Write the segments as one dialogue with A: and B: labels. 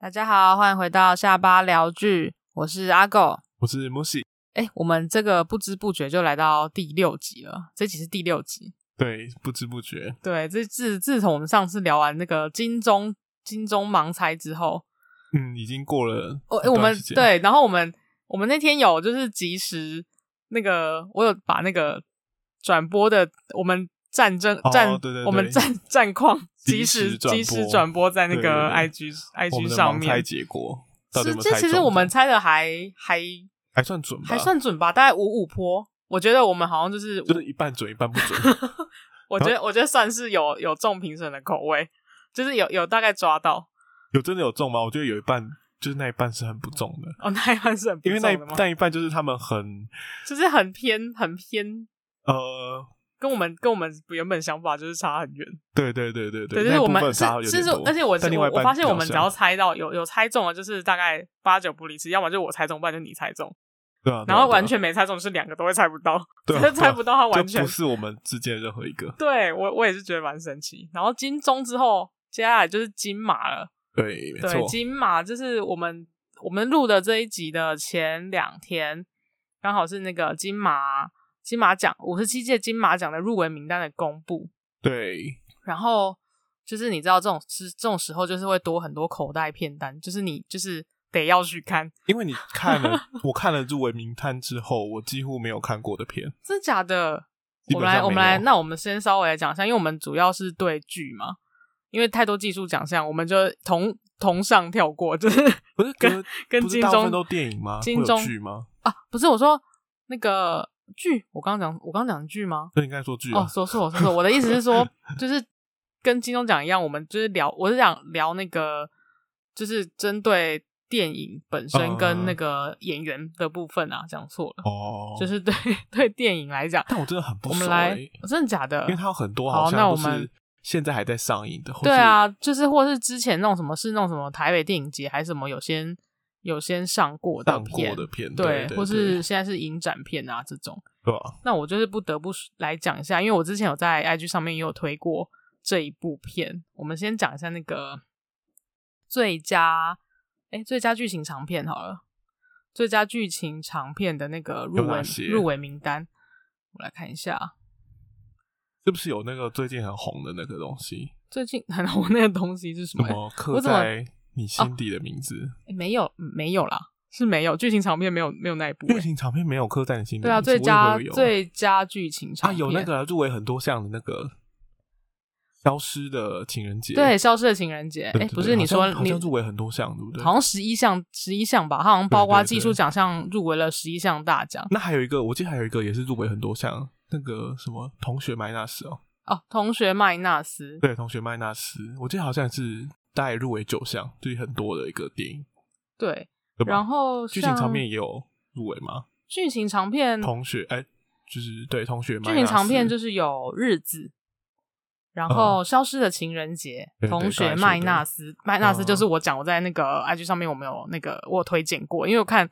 A: 大家好，欢迎回到下巴聊剧，我是阿狗。
B: 我是 Musi。
A: 哎，我们这个不知不觉就来到第六集了，这集是第六集。
B: 对，不知不觉，
A: 对，这自自从我们上次聊完那个金钟金钟盲猜之后，
B: 嗯，已经过了
A: 哦，哎，
B: 一
A: 我
B: 段
A: 们
B: 时间，
A: 对，然后我们我们那天有就是及时那个，我有把那个转播的我们战争
B: 哦
A: 战、
B: 对对对
A: 我们战战况及
B: 及
A: 时
B: 时转
A: 及时
B: 播
A: 转播在那
B: 对对
A: 个
B: 对
A: IG
B: 我们
A: IG
B: 的
A: 上
B: 盲猜
A: 面。
B: 结果到底
A: 是
B: 有没有
A: 这
B: 猜
A: 其实
B: 中
A: 我们猜的还还
B: 还算准吧，
A: 还算准吧，大概五五坡。我觉得我们好像就是，
B: 就是一半准一半不 准。
A: 我觉得我觉得算是有有中评审的口味，就是有有大概抓到
B: 有真的有中吗？我觉得有一半就是那一半是很不中的，
A: 哦，那一半是很不
B: 因为那
A: 中
B: 一
A: 的吗？
B: 那一半就是他们很
A: 就是很偏很偏，
B: 呃，
A: 跟我们跟我们原本想法就是差很远。
B: 对对对对
A: 对，
B: 对，
A: 就
B: 那
A: 是
B: 一
A: 我
B: 部
A: 们
B: 分
A: 是
B: 差有
A: 是
B: 点
A: 是，
B: 多
A: 而且我
B: 但另外一
A: 我
B: 半
A: 发现我们
B: 比
A: 只
B: 较
A: 要
B: 像
A: 猜到有有猜中了，就是大概八九不离十，要么就我猜中，不然就你猜中，
B: 对啊，对啊
A: 然后完
B: 对啊
A: 全没猜中，是两个都会猜不到，
B: 对啊
A: 真的
B: 对啊
A: 猜不到，他完
B: 就
A: 全
B: 不是我们之间的任何一个。
A: 对我我也是觉得蛮神奇。然后金钟之后，接下来就是金马了。
B: 对，没
A: 对，
B: 错，
A: 金马就是我们我们录的这一集的前两天，刚好是那个金马金马奖五十七届金马奖的入围名单的公布，
B: 对
A: 然后就是你知道这种时这种时候就是会多很多口袋片单，就是你就是得要去看，
B: 因为你看了，我看了《入围名单》之后，我几乎没有看过的片，
A: 真的假的？
B: 基
A: 我
B: 本
A: 们来，
B: 上
A: 我们
B: 没
A: 来，
B: 有
A: 那我们先稍微来讲一下，因为我们主要是对剧嘛，因为太多技术奖项，我们就同同上跳过，就是
B: 不是
A: 跟
B: 可是
A: 跟
B: 不是
A: 金
B: 大部分
A: 钟
B: 都电影吗？
A: 金
B: 会有
A: 钟
B: 剧吗？
A: 啊，不是我说那个剧，我刚刚讲我刚刚讲剧吗？
B: 那应该说剧啊
A: 哦，说错说错，我的意思是 说，就是跟金钟奖一样，我们就是聊，我是想聊那个，就是针对电影本身跟那
B: 嗯
A: 个演员的部分啊，讲错了，
B: 哦，
A: 就是对对电影来讲，
B: 但我真的很不
A: 我们
B: 熟、
A: 来
B: 欸，，
A: 真的假的
B: 因为？它有很多
A: 好
B: 好
A: 那
B: 像
A: 我
B: 都是
A: 们
B: 现在还在上映的，或
A: 对
B: 是，
A: 啊，就是或是之前那种什么是那种什么台北电影节还是什么有先有先上过的
B: 上
A: 片
B: 过，的片，
A: 对
B: 对，对
A: 或
B: 对
A: 是现在是影展片啊这种。
B: 对吧？
A: 那我就是不得不来讲一下，因为我之前有在 IG 上面也有推过这一部片。我们先讲一下那个最佳，哎、最佳剧情长片好了，最佳剧情长片的那个入
B: 有
A: 围
B: 哪些
A: 入围名单，我来看一下。
B: 是不是有那个最近很红的那个东西，
A: 最近 很红那个东西是什
B: 什
A: 么？
B: 么刻
A: 我怎么哦
B: 在你心底的名字？
A: 诶没有，嗯没有啦，是没有剧情长片，没有没有那一部、
B: 剧、
A: 诶
B: 情长片没有刻在你心底
A: 对
B: 的
A: 啊，
B: 名字，
A: 最佳
B: 我以为有
A: 最佳剧情长
B: 啊，
A: 片
B: 有那个啊入围很多项的那个消失的情人节，
A: 对《消失的情人节》
B: 对，
A: 哎、
B: 对
A: 不
B: 对
A: 是你
B: 好像
A: 说
B: 好
A: 你
B: 像入围很多项，对不对？
A: 好像十一项，十一项吧，它好像包括
B: 对对对
A: 技术奖项入围了十一项大奖
B: 那还有一个，我记得还有一个也是入围很多项，那个什么同学麦纳斯哦，
A: 哦。同学麦纳斯，
B: 对，同学麦纳斯，我记得好像是大概入围九项，就是很多的一个电影，
A: 对，
B: 对吧？
A: 然后
B: 剧情
A: 像
B: 长片也有入围吗？
A: 剧情长片，剧
B: 同学，哎、就是对同学麦纳斯，
A: 情长片就是有日子，然后消失的情人节，
B: 嗯对对
A: 同学
B: 刚才说的
A: 麦纳斯，麦纳斯
B: 嗯
A: 就是我讲我在那个 IG 上面我没有那个我有推荐过，因为我看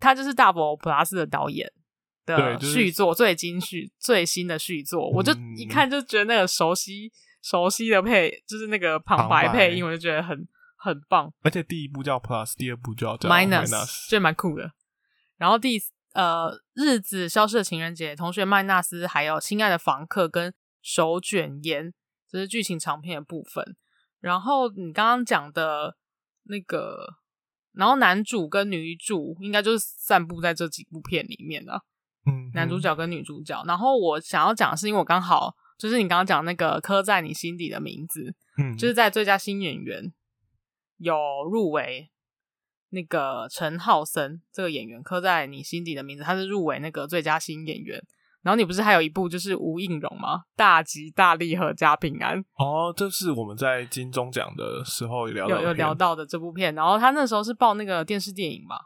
A: 他就是大佛普拉斯的导演。的
B: 对就是
A: 续作、最新续最新的续作，我就
B: 嗯
A: 一看就觉得那个熟悉熟悉的配，就是那个旁白
B: 旁白
A: 配音，我就觉得很很棒。
B: 而且第一部叫 Plus，第二部就要叫
A: minus，就蛮酷的。然后第呃，日子、消失的情人节、同学麦纳斯，还有亲爱的房客跟手卷烟，这是剧情长片的部分。然后你刚刚讲的那个，然后男主跟女主应该就是散布在这几部片里面的、啊
B: 嗯，
A: 男主角跟女主角。然后我想要讲的是，因为我刚好就是你刚刚讲那个刻在你心底的名字，
B: 嗯，
A: 就是在最佳新演员有入围那个陈浩森这个演员刻在你心底的名字，他是入围那个最佳新演员。然后你不是还有一部就是吴映蓉吗？大吉大利阖家平安，
B: 哦，这是我们在金钟奖的时候有聊
A: 有
B: 到的
A: 有聊
B: 片，
A: 到的这部片。然后他那时候是报那个电视电影嘛，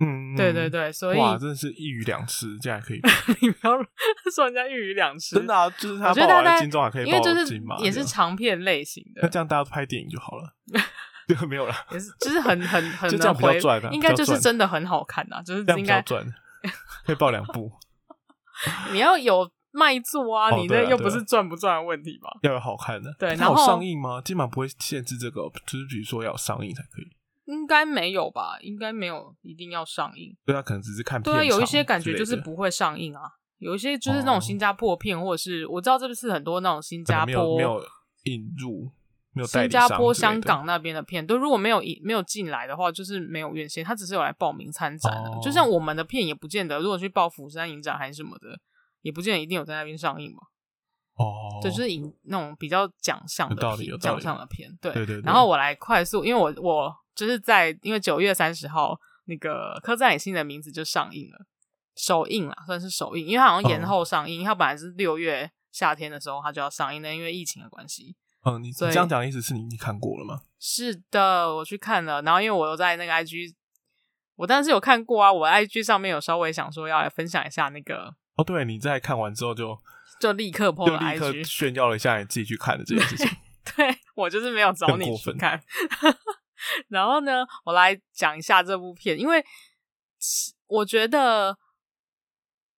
B: 嗯，
A: 对对。对，所以
B: 哇，真的是一鱼两吃，这样还可以，
A: 你不要 说人家一鱼两吃，
B: 真的、啊，就是
A: 我
B: 他
A: 觉得
B: 报
A: 大
B: 完
A: 家
B: 金钟还可以
A: 因为
B: 报
A: 就是
B: 金马，
A: 也
B: 这
A: 是
B: 样
A: 长片类型的
B: 那， 这样大家拍电影就好 了，就没有了，
A: 也是就是很很很
B: 就这
A: 能
B: 样比较
A: 回
B: 赚啊
A: 应
B: 比
A: 该
B: 较
A: 就是
B: 赚
A: 真的很好看呐、就是
B: 这样
A: 应
B: 比
A: 该
B: 较 赚，可以报两部，
A: 你要有卖座啊，
B: 哦
A: 你
B: 对
A: 这
B: 啊
A: 又
B: 对
A: 不
B: 啊
A: 是赚不赚的问题吧？
B: 要有好看的。
A: 对
B: 它
A: 然后
B: 有上映吗？基本上不会限制这个，就是比如说要有上映才可以。
A: 应该没有吧？应该没有一定要上映。
B: 对啊，可能只是看片
A: 对啊，有一
B: 场
A: 些感
B: 之
A: 觉
B: 类
A: 就是
B: 的
A: 不会上映啊，有一些就是那
B: 哦
A: 种新加坡片，或者是我知道这次很多那种新
B: 可能
A: 加
B: 没有
A: 坡
B: 没有引入，没有代
A: 新
B: 理
A: 加
B: 商
A: 坡、
B: 之类
A: 香
B: 的
A: 港那边的片都如果没有引没有进来的话，就是没有院线，它只是有来报名参展的。
B: 哦
A: 就像我们的片也不见得，如果去报釜山影展还是什么的，也不见得一定有在那边上映嘛。
B: 哦，
A: 对，就是影那种比较奖项的
B: 有道理
A: 片
B: 有道
A: 奖
B: 理
A: 项的片，对
B: 对对对
A: 然后我来快速，因为我我就是在因为九月三十号那个《刻在你心里的名字》就上映了，首映啦，算是首映，因为它好像延
B: 嗯
A: 后上映，因为它本来是六月夏天的时候它就要上映，但因为疫情的关系，
B: 嗯，你你
A: 所以
B: 这样讲的意思是你你看过了吗？
A: 是的，我去看了，然后因为我有在那个 IG，我当时有看过啊，我 IG 上面有稍微想说要来分享一下那个，
B: 哦，对，你在看完之后就
A: 就立刻 po
B: 就
A: 了
B: 立
A: IG，
B: 刻炫耀了一下你自己去看的这件事情。
A: 对我就是没有找
B: 更
A: 你
B: 过
A: 去
B: 分
A: 看。 然后呢，我来讲一下这部片，因为其我觉得，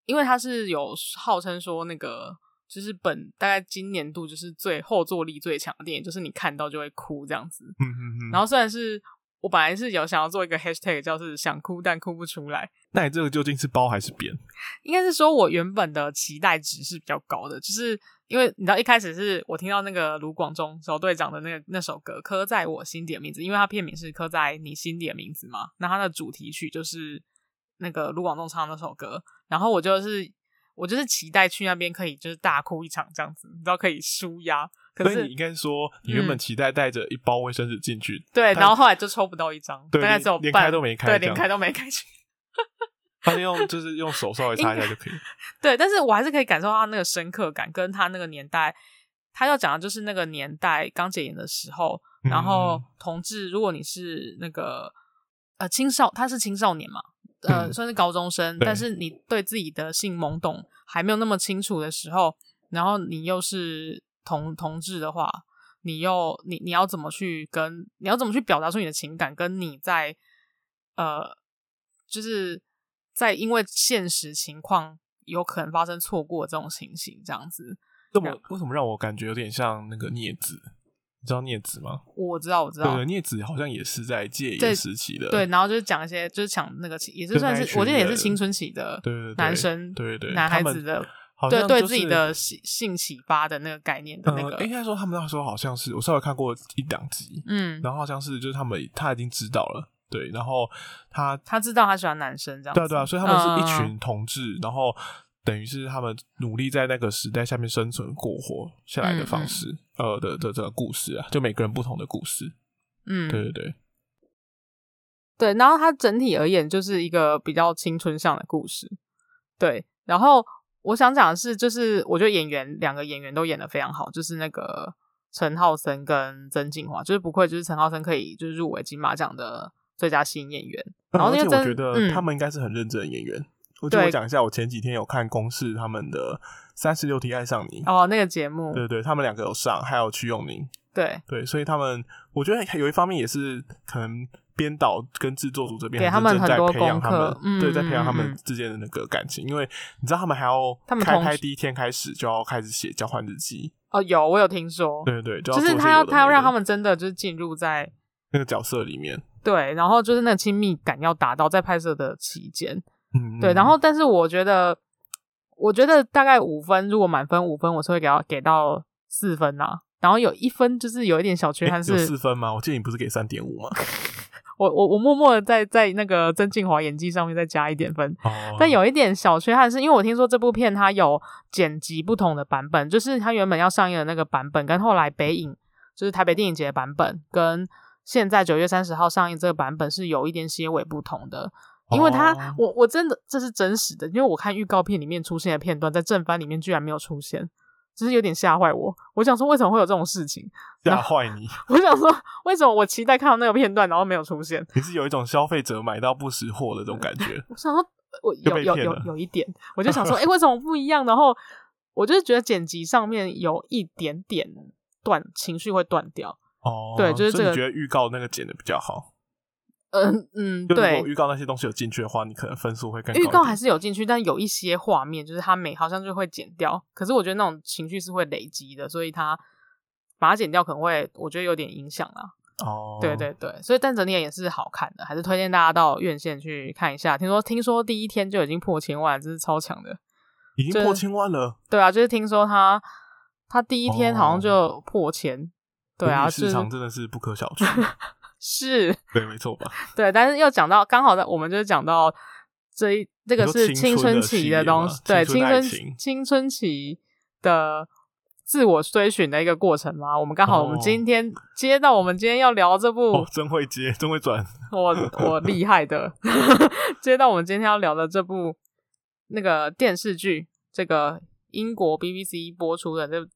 A: 因为它是有号称说那个就是本大概今年度就是最后坐力最强的电影，就是你看到就会哭这样子。
B: 嗯嗯嗯。
A: 然后虽然是我本来是有想要做一个 hashtag，叫是想哭但哭不出来，
B: 那你这个究竟是包还是扁？
A: 应该是说我原本的期待值是比较高的，就是因为你知道一开始是我听到那个卢广仲小队长的那个那首歌《刻在我心底的名字》，因为他片名是《刻在你心底的名字》嘛，那他的主题曲就是那个卢广仲唱的那首歌，然后我就是我就是期待去那边可以就是大哭一场这样子，你知道可以舒压，可
B: 所以你
A: 是嗯
B: 应该说，你原本期待带着一包卫生纸进去，
A: 对，
B: 但
A: 然后后来就抽不到一张，大
B: 对
A: 概只有
B: 连连
A: 半
B: 开都没开
A: 对，
B: 这
A: 连
B: 样
A: 开都没开去。
B: 他就用就是用手稍微擦一下就可以。
A: 对，但是我还是可以感受到他那个深刻感，跟他那个年代，他要讲的就是那个年代刚解严的时候，然后
B: 嗯
A: 同志，如果你是那个呃青少，他是青少年嘛，呃，
B: 嗯
A: 算是高中生，
B: 对
A: 但是你对自己的性懵懂还没有那么清楚的时候，然后你又是同同志的话，你又你你要怎么去跟你要怎么去表达出你的情感，跟你在呃，就是在因为现实情况有可能发生错过这种情形，这样子。
B: 这么为什么让我感觉有点像那个镊子？你知道镊子吗？
A: 我知道，我知
B: 对
A: 道，
B: 对，镊子好像也是在戒
A: 对
B: 严时期的。
A: 对，然后就是讲一些，就是讲那个情，也是
B: 就
A: 算
B: 那一
A: 是，我记
B: 群
A: 得也是
B: 人
A: 青春期的
B: 对对对
A: 男生，
B: 对对对
A: 男孩
B: 他们
A: 子的，
B: 好
A: 对
B: 像
A: 对
B: 就
A: 自己
B: 是
A: 的性性启发的那个概念的那个
B: 呃，，应该说他们那时候好像是我稍微看过一两集，
A: 嗯，
B: 然后好像是就是他们他已经知道了，对，然后他
A: 他知道他喜欢男生这样子，
B: 对啊对啊，所以他们是一
A: 嗯，
B: 群同志，然后等于是他们努力在那个时代下面生存过活下来的方式，呃的的这个故事啊，就每个人不同的故事，
A: 嗯，
B: 对对对，
A: 对，然后它整体而言就是一个比较青春向的故事，对。然后我想讲的是，就是我觉得演员两个演员都演的非常好，就是那个陈浩森跟曾静华，就是不愧就是陈浩森可以就是入围金马奖的最佳新演员，然后那
B: 而且
A: 个
B: 我觉
A: 真
B: 得
A: 嗯
B: 他们应该是很认真的演员。我就
A: 对
B: 我讲一下，我前几天有看公视他们的《三十六题爱上你》，
A: 哦，那个节目
B: 对对，他们两个有上，还有曲永宁，
A: 对，
B: 对，所以他们我觉得有一方面也是可能编导跟制作组这边
A: 给他们
B: 正
A: 很
B: 在
A: 多
B: 培养
A: 功
B: 他
A: 课
B: 们，对，在培养他
A: 嗯嗯
B: 们
A: 嗯
B: 之间的那个感情，因为你知道他们还要
A: 他们
B: 开
A: 同
B: 拍
A: 时
B: 第一天开始就要开始写交换日记，
A: 哦，有我有听说，
B: 对对，就
A: 就
B: 要做
A: 是
B: 一些
A: 他要
B: 有的
A: 他要
B: 没
A: 让
B: 的
A: 他们真的就是进入在
B: 那个角色里面，
A: 对，然后就是那个亲密感要达到在拍摄的期间，
B: 嗯，
A: 对，
B: 嗯
A: 然后但是我觉得，我觉得大概五分，如果满分五分，我是会给到给到四分啦、然后有一分就是有一点小缺
B: 诶
A: 憾是，
B: 有四分吗？我记得你不是给三点五 吗？
A: 我我我默默的在在那个曾静华演技上面再加一点分。
B: 哦，
A: 但有一点小缺憾，是因为我听说这部片它有剪辑不同的版本，就是它原本要上映的那个版本，跟后来北影就是台北电影节的版本，跟现在九月三十号上映这个版本是有一点些微不同的。因为它，
B: 哦
A: 我我真的这是真实的，因为我看预告片里面出现的片段，在正番里面居然没有出现，就是有点吓坏我。我想说，为什么会有这种事情？
B: 吓坏你，
A: 我想说，为什么我期待看到那个片段，然后没有出现？
B: 你是有一种消费者买到不识货的这种感觉，
A: 我想说，我
B: 又
A: 有
B: 被
A: 有
B: 骗
A: 有
B: 了
A: 有一点，我就想 说，哎、为什么不一样？然后我就是觉得剪辑上面有一点点断，情绪会断掉。
B: 哦，
A: 对就是
B: 所
A: 这
B: 以
A: 个
B: 你觉得预告那个剪的比较好，
A: 嗯嗯，
B: 就如
A: 对
B: 果，预告那些东西有进去的话，你可能分数会更高一
A: 预
B: 点，
A: 告还是有进去，但有一些画面就是它每好像就会剪掉。可是我觉得那种情绪是会累积的，所以它把它剪掉可能会，我觉得有点影响啊。
B: 哦，
A: 对对对，所以但整体而言是好看的，还是推荐大家到院线去看一下。听说听说第一天就已经破千万，这是超强的。
B: 已经破千万了，
A: 对啊，就是听说他他第一天好像就破千，对啊，就
B: 国内哦市
A: 是
B: 场真的是不可小觑，
A: 是，
B: 对，没错吧？
A: 对，但是又讲到刚好在我们就是讲到这一这个
B: 你说
A: 是
B: 青春
A: 春
B: 的
A: 期
B: 系
A: 的
B: 列
A: 东
B: 吗
A: 西，对，
B: 青
A: 青
B: 春爱
A: 春
B: 情
A: 青春期的自我追寻的一个过程嘛。我们刚好我们
B: 哦
A: 今天、接到我们今天要聊这部、
B: 哦，真会接，真会转，
A: 我我厉害的， 接到我们今天要聊的这部那个电视剧，这个英国 BBC 播出的这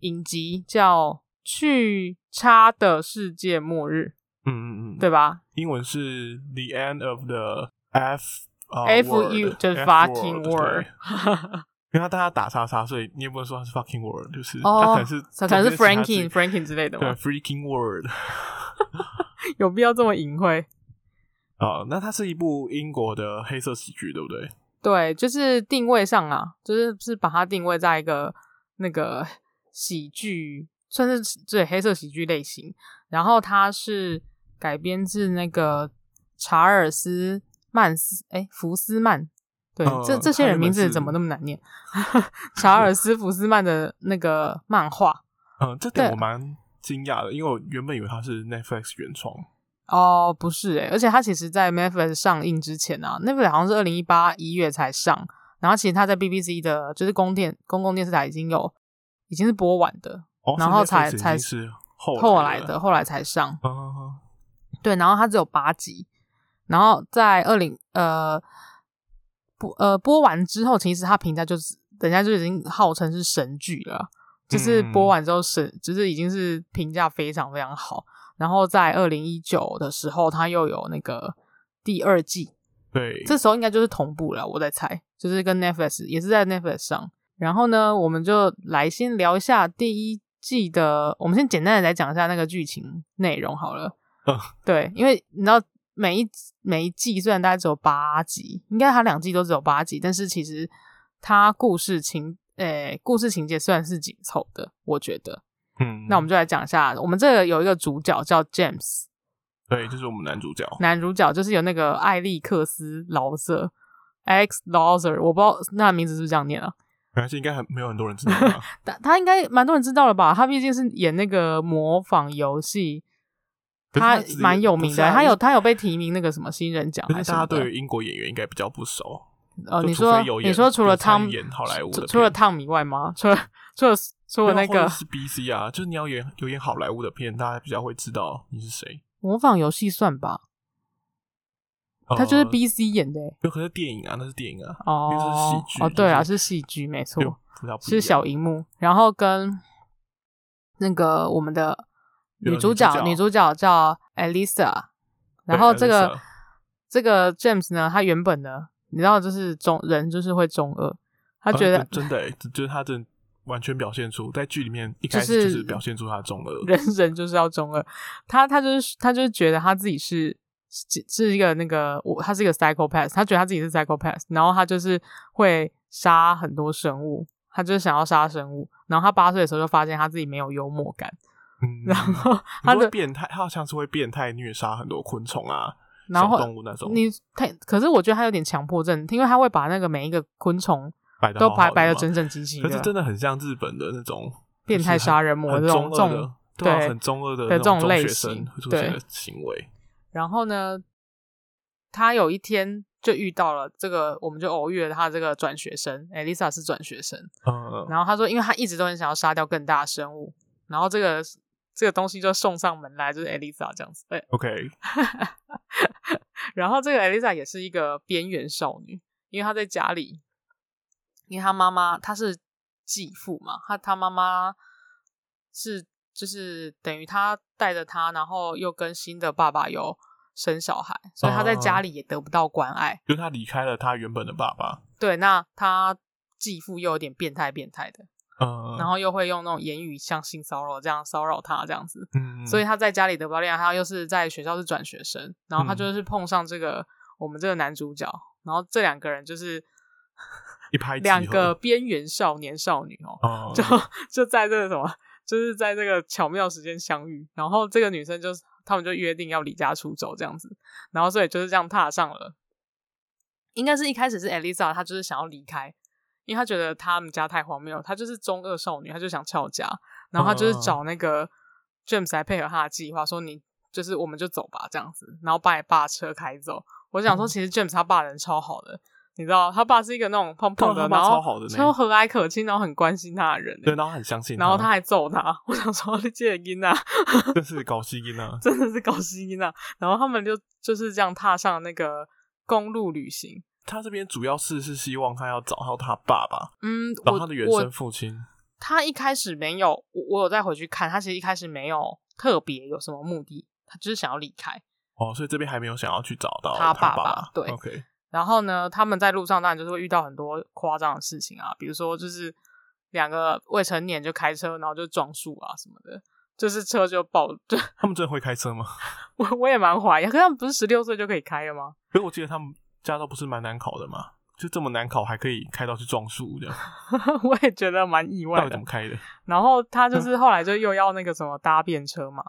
A: 影集叫《去差的世界末日
B: 嗯嗯嗯》，，
A: 对吧？
B: 英文是 The End of the F 啊
A: F
B: word，
A: U 就是
B: F
A: fucking
B: word，
A: word
B: 对。因为他大家打叉叉，所以你也不能说他是 fucking word，就是
A: 哦
B: 他可能是
A: 可能是
B: 中间
A: Franking
B: 其他字
A: Franking 之类的
B: 对
A: 吗？
B: freaking word
A: 有必要这么隐晦？
B: 啊。那它是一部英国的黑色喜剧，对不对？
A: 对，就是定位上啊，就是是把它定位在一个那个喜剧，算是对黑色喜剧类型。然后它是改编自那个查尔斯曼斯，哎，福斯曼。对，
B: 嗯
A: 这这些
B: 他
A: 人
B: 原本
A: 名字
B: 是
A: 怎么那么难念？ 查尔斯福斯曼的那个漫画
B: 嗯，这点
A: 对
B: 我蛮惊讶的，因为我原本以为它是 Netflix 原创，
A: 哦，不是诶、而且它其实，在 Netflix 上映之前啊，Netflix 好像是二零一八一月才上，然后其实它在 BBC 的，就是公电公共电视台已经有已经是播完的，
B: 哦，
A: 然后
B: 是 Netflix
A: 才
B: 已经
A: 才
B: 是后
A: 后
B: 来
A: 来
B: 的
A: 的，后来才上。
B: 啊，
A: 对，然后它只有八集，然后在二零呃播呃播完之后，其实它评价就是人家就已经号称是神剧了，就是
B: 嗯
A: 播完之后神就是已经是评价非常非常好。然后在二零一九的时候，它又有那个第二季，
B: 对，
A: 这时候应该就是同步了，我在猜，就是跟 Netflix 也是在 Netflix 上。然后呢，我们就来先聊一下第一季的，我们先简单的来讲一下那个剧情内容好了。
B: 嗯
A: 对，因为你知道每一每一季虽然大概只有八集，应该它两季都只有八集，但是其实它故事情，诶、故事情节虽然是紧凑的，我觉得。
B: 嗯，
A: 那我们就来讲一下，我们这个有一个主角叫 James，
B: 对，就是我们男主角，
A: 男主角就是有那个艾利克斯劳瑟 （X Lauser），我不知道那名字是不是这样念啊？
B: 而且应该很没有很多人知道 吧
A: 但他应该蛮多人知道了吧？他毕竟是演那个模仿游戏，
B: 可是他
A: 他
B: 自己
A: 蛮有名
B: 不是
A: 的。
B: 啊
A: 他有他有被提名那个什么新人奖
B: 可
A: 还
B: 是
A: 是
B: 大
A: 什
B: 家
A: 么的
B: 对于英国演员应该比较不熟，
A: 呃，
B: 就
A: 你
B: 除
A: 说
B: 非有演
A: 你说除了
B: 有参
A: 汤
B: 与演好莱坞的
A: 除
B: 片
A: 除了汤以外吗？除了除了除了那
B: 对啊或者
A: 个
B: 是 BC 啊，就是你要演有演好莱坞的片，大家比较会知道你是谁。
A: 模仿游戏算吧，他就是
B: 呃
A: B C 演的欸
B: 有可是电影啊，那是电影啊，因为这是
A: 哦
B: 喜剧
A: 哦，对啊，
B: 就是
A: 戏剧没错。
B: 就比较不一
A: 是
B: 样
A: 小荧幕，然后跟那个我们的
B: 有
A: 女
B: 女
A: 主
B: 主
A: 角，
B: 角
A: 女主角叫 Elisa，然
B: 对
A: 后这个
B: Elisa
A: 这个 James 呢，他原本呢，你知道，就是中人就是会中二，他
B: 啊
A: 觉得
B: 真真的欸，就就是他真的完全表现出在剧里面一
A: 就
B: 开始就是是表现出他中二，
A: 人人就是要中二，他他就是他就是觉得他自己是是是一个那个我他是一个 psychopath，他觉得他自己是 psychopath，然后他就是会杀很多生物，他就是想要杀生物，然后他八岁的时候就发现他自己没有幽默感，
B: 嗯，
A: 然后他
B: 你说
A: 的
B: 变态，他好像是会变态虐杀很多昆虫啊、
A: 然
B: 小
A: 后
B: 动物那种，
A: 你他，可是我觉得他有点强迫症，因为他会把那个每一个昆虫
B: 摆得
A: 都
B: 好
A: 排
B: 好
A: 排的
B: 嘛
A: 整整齐齐
B: 可是
A: 的
B: 真的很像日本的那种
A: 变态杀人魔
B: 很
A: 这种这
B: 中二
A: 种
B: 的，，对啊，
A: 对
B: 很中二的
A: 的
B: 那
A: 这种
B: 中
A: 类
B: 学生
A: 型
B: 会出
A: 对
B: 现的行为。
A: 然后呢，他有一天就遇到了这个，我们就偶遇了他这个转学生，Elisa 是转学生。
B: 嗯，
A: 然后他说，因为他一直都很想要杀掉更大的生物，然后这个这个东西就送上门来，就是 Elisa 这样子。哎对，
B: OK，
A: 然后这个 Elisa 也是一个边缘少女，因为她在家里，因为她妈妈她是继父嘛，她她妈妈是就是等于她带着她，然后又跟新的爸爸有生小孩，所以她在家里也得不到关爱。
B: 就是他离开了他原本的爸爸，
A: 对，那她继父又有点变态变态的，
B: 嗯，
A: 然后又会用那种言语像性骚扰这样骚扰她这样子，
B: 嗯，
A: 所以他在家里得不到恋爱，他又是在学校是转学生，然后他
B: 嗯
A: 就是碰上这个、我们这个男主角，然后这两个人就是
B: 一拍即合
A: 两个边缘少年少女哦，
B: 哦，
A: 就就在这个什么，就是在这个巧妙时间相遇，然后这个女生就是他们就约定要离家出走这样子，然后所以就是这样踏上了。应该是一开始是 Elisa，她就是想要离开，因为她觉得他们家太荒谬，她就是中二少女，她就想翘家，然后她
B: 嗯
A: 就是找那个 James 来配合她的计划，说你就是我们就走吧这样子，然后把你爸车开走。我想说，
B: 嗯
A: 其实 James 他爸人超好的，你知道，他爸是一个那种胖胖的，
B: 对啊他爸
A: 然后
B: 超好的呢
A: 超和蔼可亲，然后很关心他的人欸、
B: 对，然后很相信他，
A: 然后他还揍他，我想说 你这个囡啊，，
B: 真是搞基因啊
A: 真的是搞死囡啊。然后他们就就是这样踏上那个公路旅行。
B: 他这边主要是是希望他要找到他爸爸，
A: 嗯，
B: 找
A: 我
B: 他的原
A: 我
B: 生父亲。
A: 他一开始没有，我我有再回去看，他其实一开始没有特别有什么目的，他就是想要离开。
B: 哦，所以这边还没有想要去找到
A: 他爸
B: 爸
A: 爸对
B: ，OK，
A: 然后呢，他们在路上当然就是会遇到很多夸张的事情啊，比如说就是两个未成年就开车，然后就撞树啊什么的，就是车就爆。 就
B: 他们真的会开车吗？
A: 我我也蛮怀疑，可是他们不是十六岁就可以开了吗？
B: 可是我记得他们驾照不是蛮难考的吗？就这么难考，还可以开到去撞树，这样
A: 我也觉得蛮意
B: 到
A: 外
B: 底怎
A: 的
B: 么。开的？
A: 然后他就是后来就又要那个什么搭便车嘛，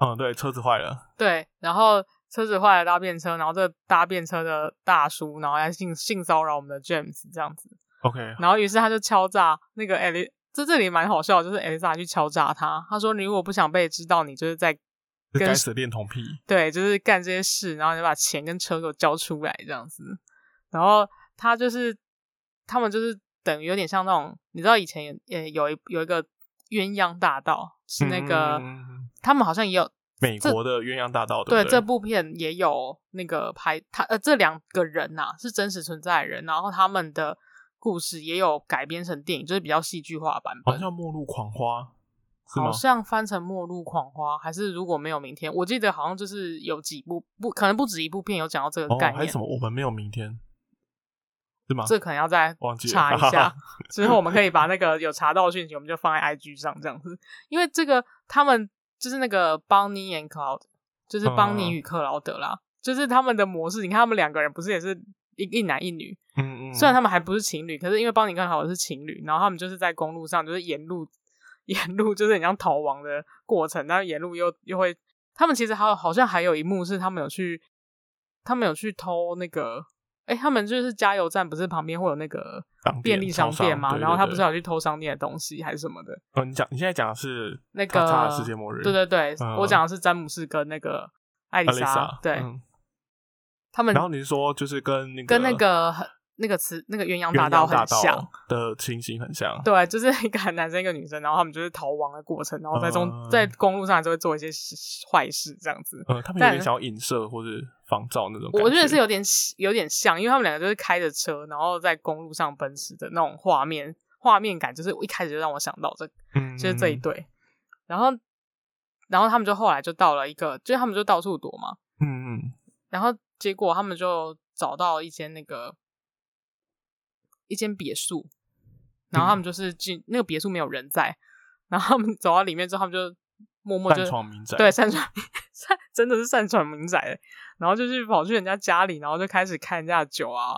B: 嗯，对，车子坏了，
A: 对，然后车子坏了搭便车，然后这搭便车的大叔，然后还性性骚扰我们的 James 这样子，
B: ，OK，
A: 然后于是他就敲诈那个 Eli，这这里蛮好笑的，就是 Elisa 去敲诈他，他说你如果不想被知道，你就是在
B: 这
A: 跟
B: 该死的恋童癖，
A: 对，就是干这些事，然后你把钱跟车给我交出来这样子。然后他就是他们就是等于有点像那种，你知道以前也也有一有一个鸳鸯大道是那个，
B: 嗯
A: 他们好像也有
B: 美
A: 这
B: 国的鸳鸯大道，
A: 对
B: 不
A: 这部片也有那个拍他呃这两个人呐、是真实存在的人，然后他们的故事也有改编成电影，就是比较戏剧化的版
B: 好
A: 本。
B: 像末路狂花是吗
A: 好？像翻成《末路狂花》，还是如果没有明天，我记得好像就是有几部不可能不止一部片有讲到这个
B: 哦，
A: 概
B: 还
A: 念
B: 是什，么？啊我们没有明天，是吗？
A: 这可能要再
B: 忘记了
A: 查一下。之后我们可以把那个有查到的讯息，我们就放在 IG 上这样子。因为这个他们就是那个邦尼 and Cloud，就是邦尼与克劳德啦，就是他们的模式。你看他们两个人不是也是一一男一女，
B: 嗯嗯，
A: 虽然他们还不是情侣，可是因为邦尼跟克劳德是情侣，然后他们就是在公路上就是沿路沿路就是很像逃亡的过程，但是沿路又又会，他们其实还有好像还有一幕是他们有去，他们有去偷那个。哎、他们就是加油站，不是旁边会有那个
B: 商
A: 便利商
B: 店
A: 店嘛，然后他不是
B: 要
A: 有去偷商店的东西还是什么的？
B: 哦，你讲你现在讲的是
A: 那
B: 叉叉
A: 个
B: 的世界末日，
A: 对对对，
B: 嗯
A: 我讲的是詹姆斯跟那个艾丽
B: 艾丽
A: 莎
B: 莎，
A: 对、
B: 嗯
A: 他们
B: 然后你是说就是跟那个
A: 跟那个很那个词那个鸳鸯
B: 鸳鸯
A: 道
B: 大
A: 很像，
B: 的情形很像，
A: 对，就是一个男生一个女生，然后他们就是逃亡的过程，然后在中、
B: 嗯
A: 在公路上就会做一些坏事这样子。
B: 呃，他们有
A: 但
B: 点想要影射或是仿照那种感，
A: 我觉得是有点有点像，因为他们两个就是开着车，然后在公路上奔驰的那种画面，画面感就是一开始就让我想到这个。
B: 嗯，
A: 就是这一
B: 嗯，
A: 对。然后，然后他们就后来就到了一个，就是他们就到处躲嘛。
B: 嗯嗯，
A: 然后结果他们就找到一间那个一间别墅，然后他们
B: 嗯
A: 就是进、那个别墅没有人在，然后他们走到里面之后，他们就默默就
B: 擅闯民宅，
A: 对，擅闯擅真的是擅闯民宅欸，然后就去跑去人家家里，然后就开始看人家的酒啊，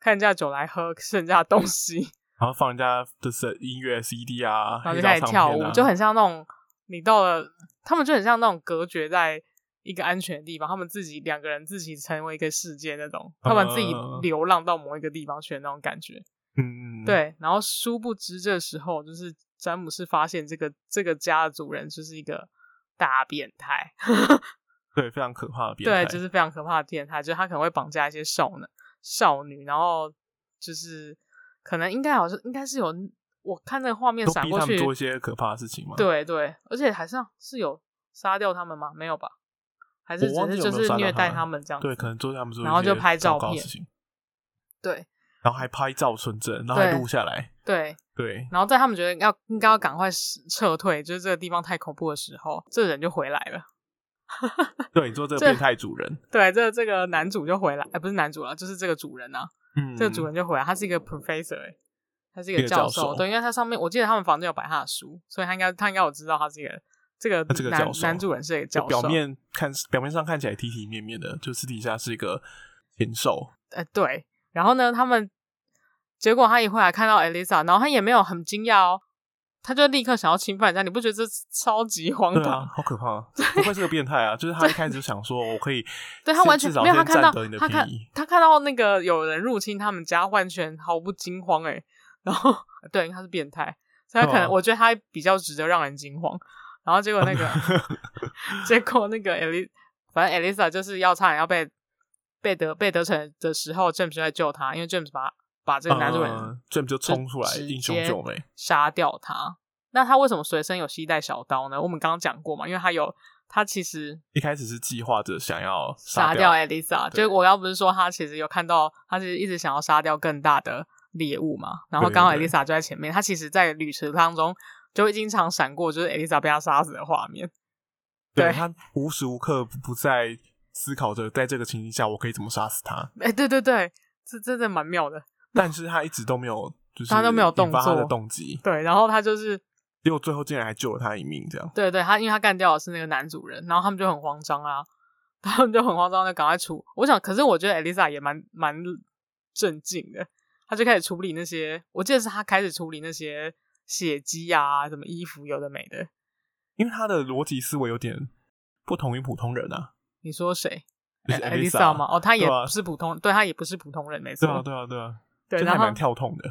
A: 看人家的酒来喝，吃人家的东西。
B: 然后放人家的是音乐 CD 啊，
A: 然后
B: 黑
A: 就
B: 胶
A: 开始
B: 唱
A: 跳
B: 片
A: 舞，
B: 啊
A: 就很像那种你到了，他们就很像那种隔绝在一个安全的地方，他们自己两个人自己成为一个世界那种，他们自己
B: 嗯
A: 流浪到某一个地方去的那种感觉。
B: 嗯嗯，嗯，
A: 对，然后殊不知这时候就是詹姆斯发现这个这个家的主人就是一个大变态，
B: 对，非常可怕的变态，
A: 对，就是非常可怕的变态，就是他可能会绑架一些少男少女，然后就是可能应该好像应该是有。我看那个画面
B: 都
A: 闪
B: 逼
A: 过
B: 他
A: 去，
B: 们做一些可怕的事情嘛，，
A: 对对，而且好像是有杀掉他们吗？没有吧？还是
B: 我
A: 只
B: 忘记
A: 是
B: 有
A: 就
B: 没有
A: 是
B: 杀掉
A: 虐待
B: 他们
A: 他们这样子？
B: 对，可能做他们做一些
A: 然后就拍照
B: 糟糕的
A: 片
B: 事情，
A: 对
B: 然后还拍照存证，然后还
A: 对
B: 录下来，
A: 对。
B: 对，
A: 然后在他们觉得要应该要赶快撤退，就是这个地方太恐怖的时候，这人就回来了。
B: 对你做这个
A: 这
B: 变态主人，
A: 对，这这个男主就回来，哎，不是男主了，就是这个主人啊，
B: 嗯，
A: 这个主人就回来，他是一个 professor，、欸、他是一
B: 一
A: 个
B: 个
A: 教
B: 教授
A: 对，因为他上面我记得他们房间有摆他的书，所以他应该他应该我知道他是一个这个
B: 他这个
A: 男
B: 教授
A: 男主人是一个
B: 就
A: 教授，
B: 表面看表面上看起来体体面面的，就私底下是一个禽兽，
A: 呃，对。然后呢，他们结果他一回来看到 Elisa，然后他也没有很惊讶哦，他就立刻想要侵犯人家，你不觉得这超级荒
B: 对
A: 唐，
B: 啊？，好可怕啊！不愧是个变态啊！就是他一开始就想说，我可以
A: 对他完全
B: 至少
A: 没有，他
B: 先
A: 看到
B: 占得你的
A: 他看
B: 便宜。
A: 他看到那个有人入侵他们家换圈，毫不惊慌哎、然后对，因为他是变态，所以他可能、
B: 对啊
A: 我觉得他比较值得让人惊慌。然后结果那 个结果那个 Eli，反正 Elisa 就是要差点要被被德被德成的时候，James 就在救他，因为 James 把把这个男主人
B: 嗯，James 就冲出来
A: 直
B: 英雄
A: 接
B: 救美。
A: 杀掉他。那他为什么随身有携带小刀呢？我们刚刚讲过嘛，因为他有他其实
B: 一开始是计划着想要
A: 杀
B: 掉
A: 掉哎 Elisa。
B: 对
A: 就我刚不是说他其实有看到，他其实一直想要杀掉更大的猎物嘛。然后
B: 对对
A: 刚好
B: 对
A: Elisa 就在前面，他其实，在旅程当中就经常闪过就是 Elisa 被他杀死的画面。对
B: 对他无时无刻不在思考着，在这个情境下我可以怎么杀死他，
A: 哎、对对对，这真的蛮妙的。
B: 但是他一直都没有，就是
A: 他都没有动
B: 引发他的
A: 作
B: 动机，
A: 对，然后他就是
B: 结果最后竟然还救了他一命，这样
A: 对对，他因为他干掉的是那个男主人，然后他们就很慌张啊， 他们就很慌张，就赶快处。我想，可是我觉得 Elisa 也蛮蛮镇静的，他就开始处理那些，我记得是他开始处理那些血迹啊，什么衣服有的没的。
B: 因为他的逻辑思维有点不同于普通人啊，
A: 你说谁
B: 就是
A: Elisa 吗？哦，他也
B: 对啊
A: 不是普通，对他也不是普通人，没
B: 对啊，
A: 错。
B: 对啊，对啊，
A: 对，
B: 就
A: 然
B: 还
A: 后
B: 蛮跳痛 的，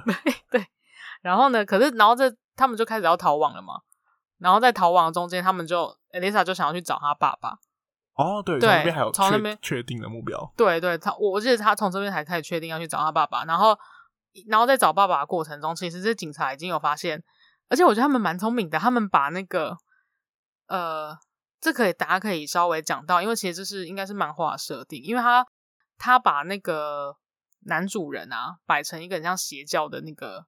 A: 然后呢？可是然后这他们就开始要逃亡了嘛。然后在逃亡的中间，他们就 Elisa 就想要去找他爸爸。
B: 哦，对，
A: 对
B: 从那边还有
A: 从那
B: 确
A: 边
B: 确定的目标，
A: 对对，他我我记得他从这边才开始确定要去找他爸爸，然后然后在找爸爸的过程中，其实这警察已经有发现，而且我觉得他们蛮聪明的，他们把那个呃，这可以大家可以稍微讲到，因为其实这是应该是漫画的设定，因为他他把那个男主人啊摆成一个很像邪教的那个，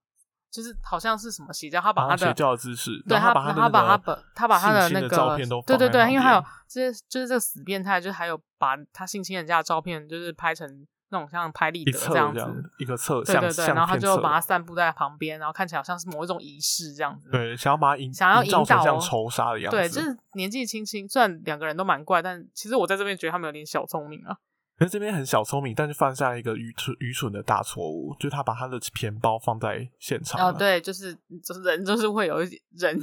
A: 就是好像是什么邪教，他把
B: 然
A: 他
B: 后
A: 的
B: 啊邪教的姿势，
A: 对
B: 然后
A: 他
B: 把他的
A: 他把他
B: 那
A: 本
B: 个
A: 他把他的
B: 性侵
A: 那
B: 的
A: 个
B: 照片都
A: 对
B: 放在
A: 对对，因为还有
B: 旁边
A: 这些就是这个死变态，就是还有把他性侵人家的照片，就是拍成那种像拍立
B: 一
A: 得
B: 侧
A: 这样
B: 这样
A: 子，
B: 一个侧
A: 对
B: 向
A: 对对，
B: 向
A: 然后他
B: 片
A: 就
B: 侧
A: 把它散布在旁边，然后看起来好像是某一种仪式这样子。
B: 对，想要把他引
A: 想要
B: 营造
A: 引
B: 成
A: 导哦
B: 这样仇杀的样子，
A: 对，就是年纪轻轻，虽然两个人都蛮怪，但其实我在这边觉得他们有点小聪明啊。
B: 可是这边很小聪明，但是犯下一个愚蠢愚蠢的大错误，就是他把他的钱包放在现场。
A: 哦，，对，就是就是人就是会有一人，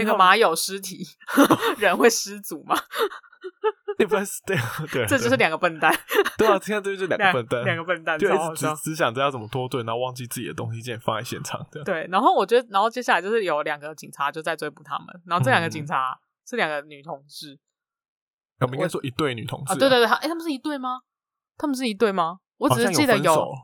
A: 那
B: 为
A: 个
B: 他们
A: 马有尸体， 人会失足嘛，
B: 那不是对啊对，
A: 这就是两个笨蛋，
B: 对啊，现在就是两个笨蛋，
A: 两个笨蛋，
B: 对
A: 超好
B: 啊，只
A: 笑。
B: 只想着要怎么脱队，然后忘记自己的东西竟然放在现场 这样。
A: 对，然后我觉得，然后接下来就是有两个警察就在追捕他们，然后这两个
B: 嗯
A: 警察是两个女同志
B: 我们应该说一对女同志
A: 啊，对对对，哎、诶他们是一对吗？他们是一对吗？我
B: 好
A: 只
B: 像
A: 是记得
B: 有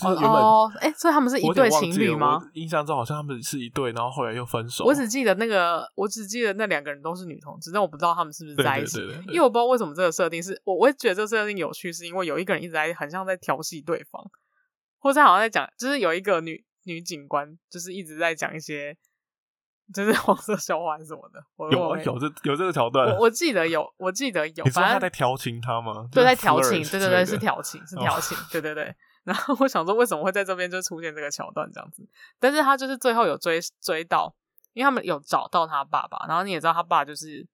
B: 分手，就是原本
A: 哦，哎、所以他们是一
B: 我有
A: 对
B: 点忘
A: 情
B: 记
A: 侣
B: 了
A: 吗？？
B: 我印象中好像他们是一对，然后后来又分手。
A: 我只记得那个，我只记得那两个人都是女同志，但我不知道他们是不是
B: 对
A: 在一
B: 对
A: 起。
B: 对对，
A: 因
B: 对
A: 为我不知道为什么这个设定是我，我会觉得这个设定有趣，是因为有一个人一直在很像在调戏对方，或者好像在讲，就是有一个女女警官，就是一直在讲一些就是 黄色笑话还是什么的。我
B: 有
A: 我
B: 啊有这有这个桥段
A: 我，我记得有，我记得有，
B: 你说
A: 反
B: 他在
A: 正
B: 调情他吗？
A: 对
B: 就是
A: 在调
B: flirt
A: 情，对对
B: 之类
A: 对，
B: 的
A: 是调情，是
B: 哦
A: 调情，对对对。然后我想说，为什么会在这边就出现这个桥段这样子？但是他就是最后有追追到，因为他们有找到他爸爸，然后你也知道他爸就是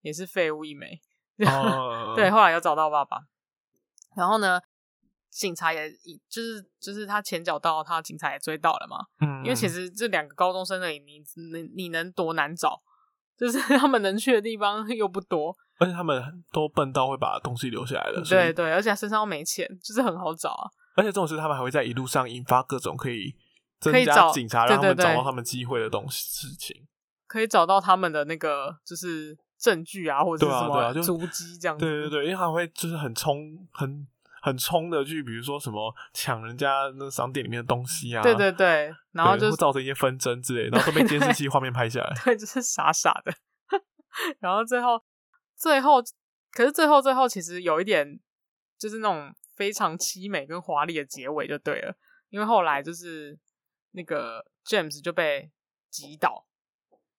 A: 也是废物一枚，
B: 哦
A: 对，后来有找到爸爸，然后呢，警察也就是就是他前脚到，他警察也追到了嘛，
B: 嗯
A: 因为其实这两个高中生而已，你你你能多难找？就是 他们能去的地方又不多，
B: 而且他们都笨到会把东西留下来的，所以
A: 对对，而且他身上又没钱，就是很好找啊。
B: 而且这种事，他们还会在一路上引发各种可以增
A: 可以
B: 加
A: 找
B: 警察
A: 对
B: 让他们
A: 对
B: 找
A: 对
B: 到他们机会的东西事情。
A: 可以找到他们的那个就是证据啊，或者是
B: 对啊
A: 什
B: 对啊
A: 么
B: 就
A: 足迹这样子。
B: 对对对，因为他们会就是很冲、很很冲的去，比如说什么抢人家那商店里面的东西啊，
A: 对对对然后
B: 对
A: 就
B: 会造成一些纷争之类，然后都被监视器画面拍下 来。
A: 对，就是傻傻的。 然后最后，最后，可是最后，最后其实有一点就是那种非常凄美跟华丽的结尾就对了，因为后来就是那个 James 就被击倒，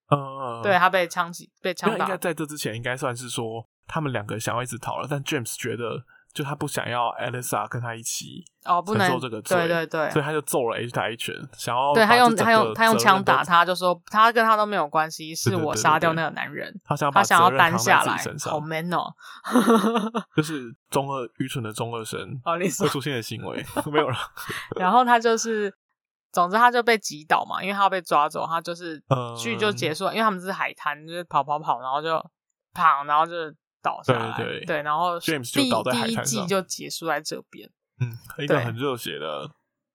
B: 嗯嗯，嗯
A: 对。他被枪击被
B: 那
A: 枪
B: 应该
A: 打，
B: 在这之前，应该算是说他们两个想要一直逃了，但 James 觉得就他不想要 Elisa 跟他一起，
A: 哦，不
B: 承
A: 能
B: 受这个罪
A: 对对对，
B: 所以他就揍了 H 打一拳，想要
A: 对
B: 把
A: 他
B: 这
A: 用
B: 整
A: 他用
B: 个
A: 他用
B: 责任
A: 枪
B: 都
A: 打他，就说他跟他都没有关系，是
B: 对对
A: 我
B: 对
A: 杀
B: 对
A: 掉
B: 对
A: 那个男人，
B: 他想要把
A: 他想要
B: 责任
A: 担
B: 扛在
A: 下
B: 自己
A: 来
B: 身，上
A: 好 man 哦，
B: 就是中二愚蠢的中二生
A: 哦好，你说
B: 会出现的行为，没有了。
A: 然后他就是总之，他就被击倒嘛，因为他要被抓走，他就是
B: 嗯
A: 剧就结束了，因为他们是海滩，就是跑跑跑，然后就啪，然后就倒下来，
B: 对对对
A: 然后
B: James
A: 第
B: 就倒在海
A: 第一
B: 滩
A: 季
B: 上
A: 就结束在这边，
B: 嗯，一个
A: 对
B: 很热血的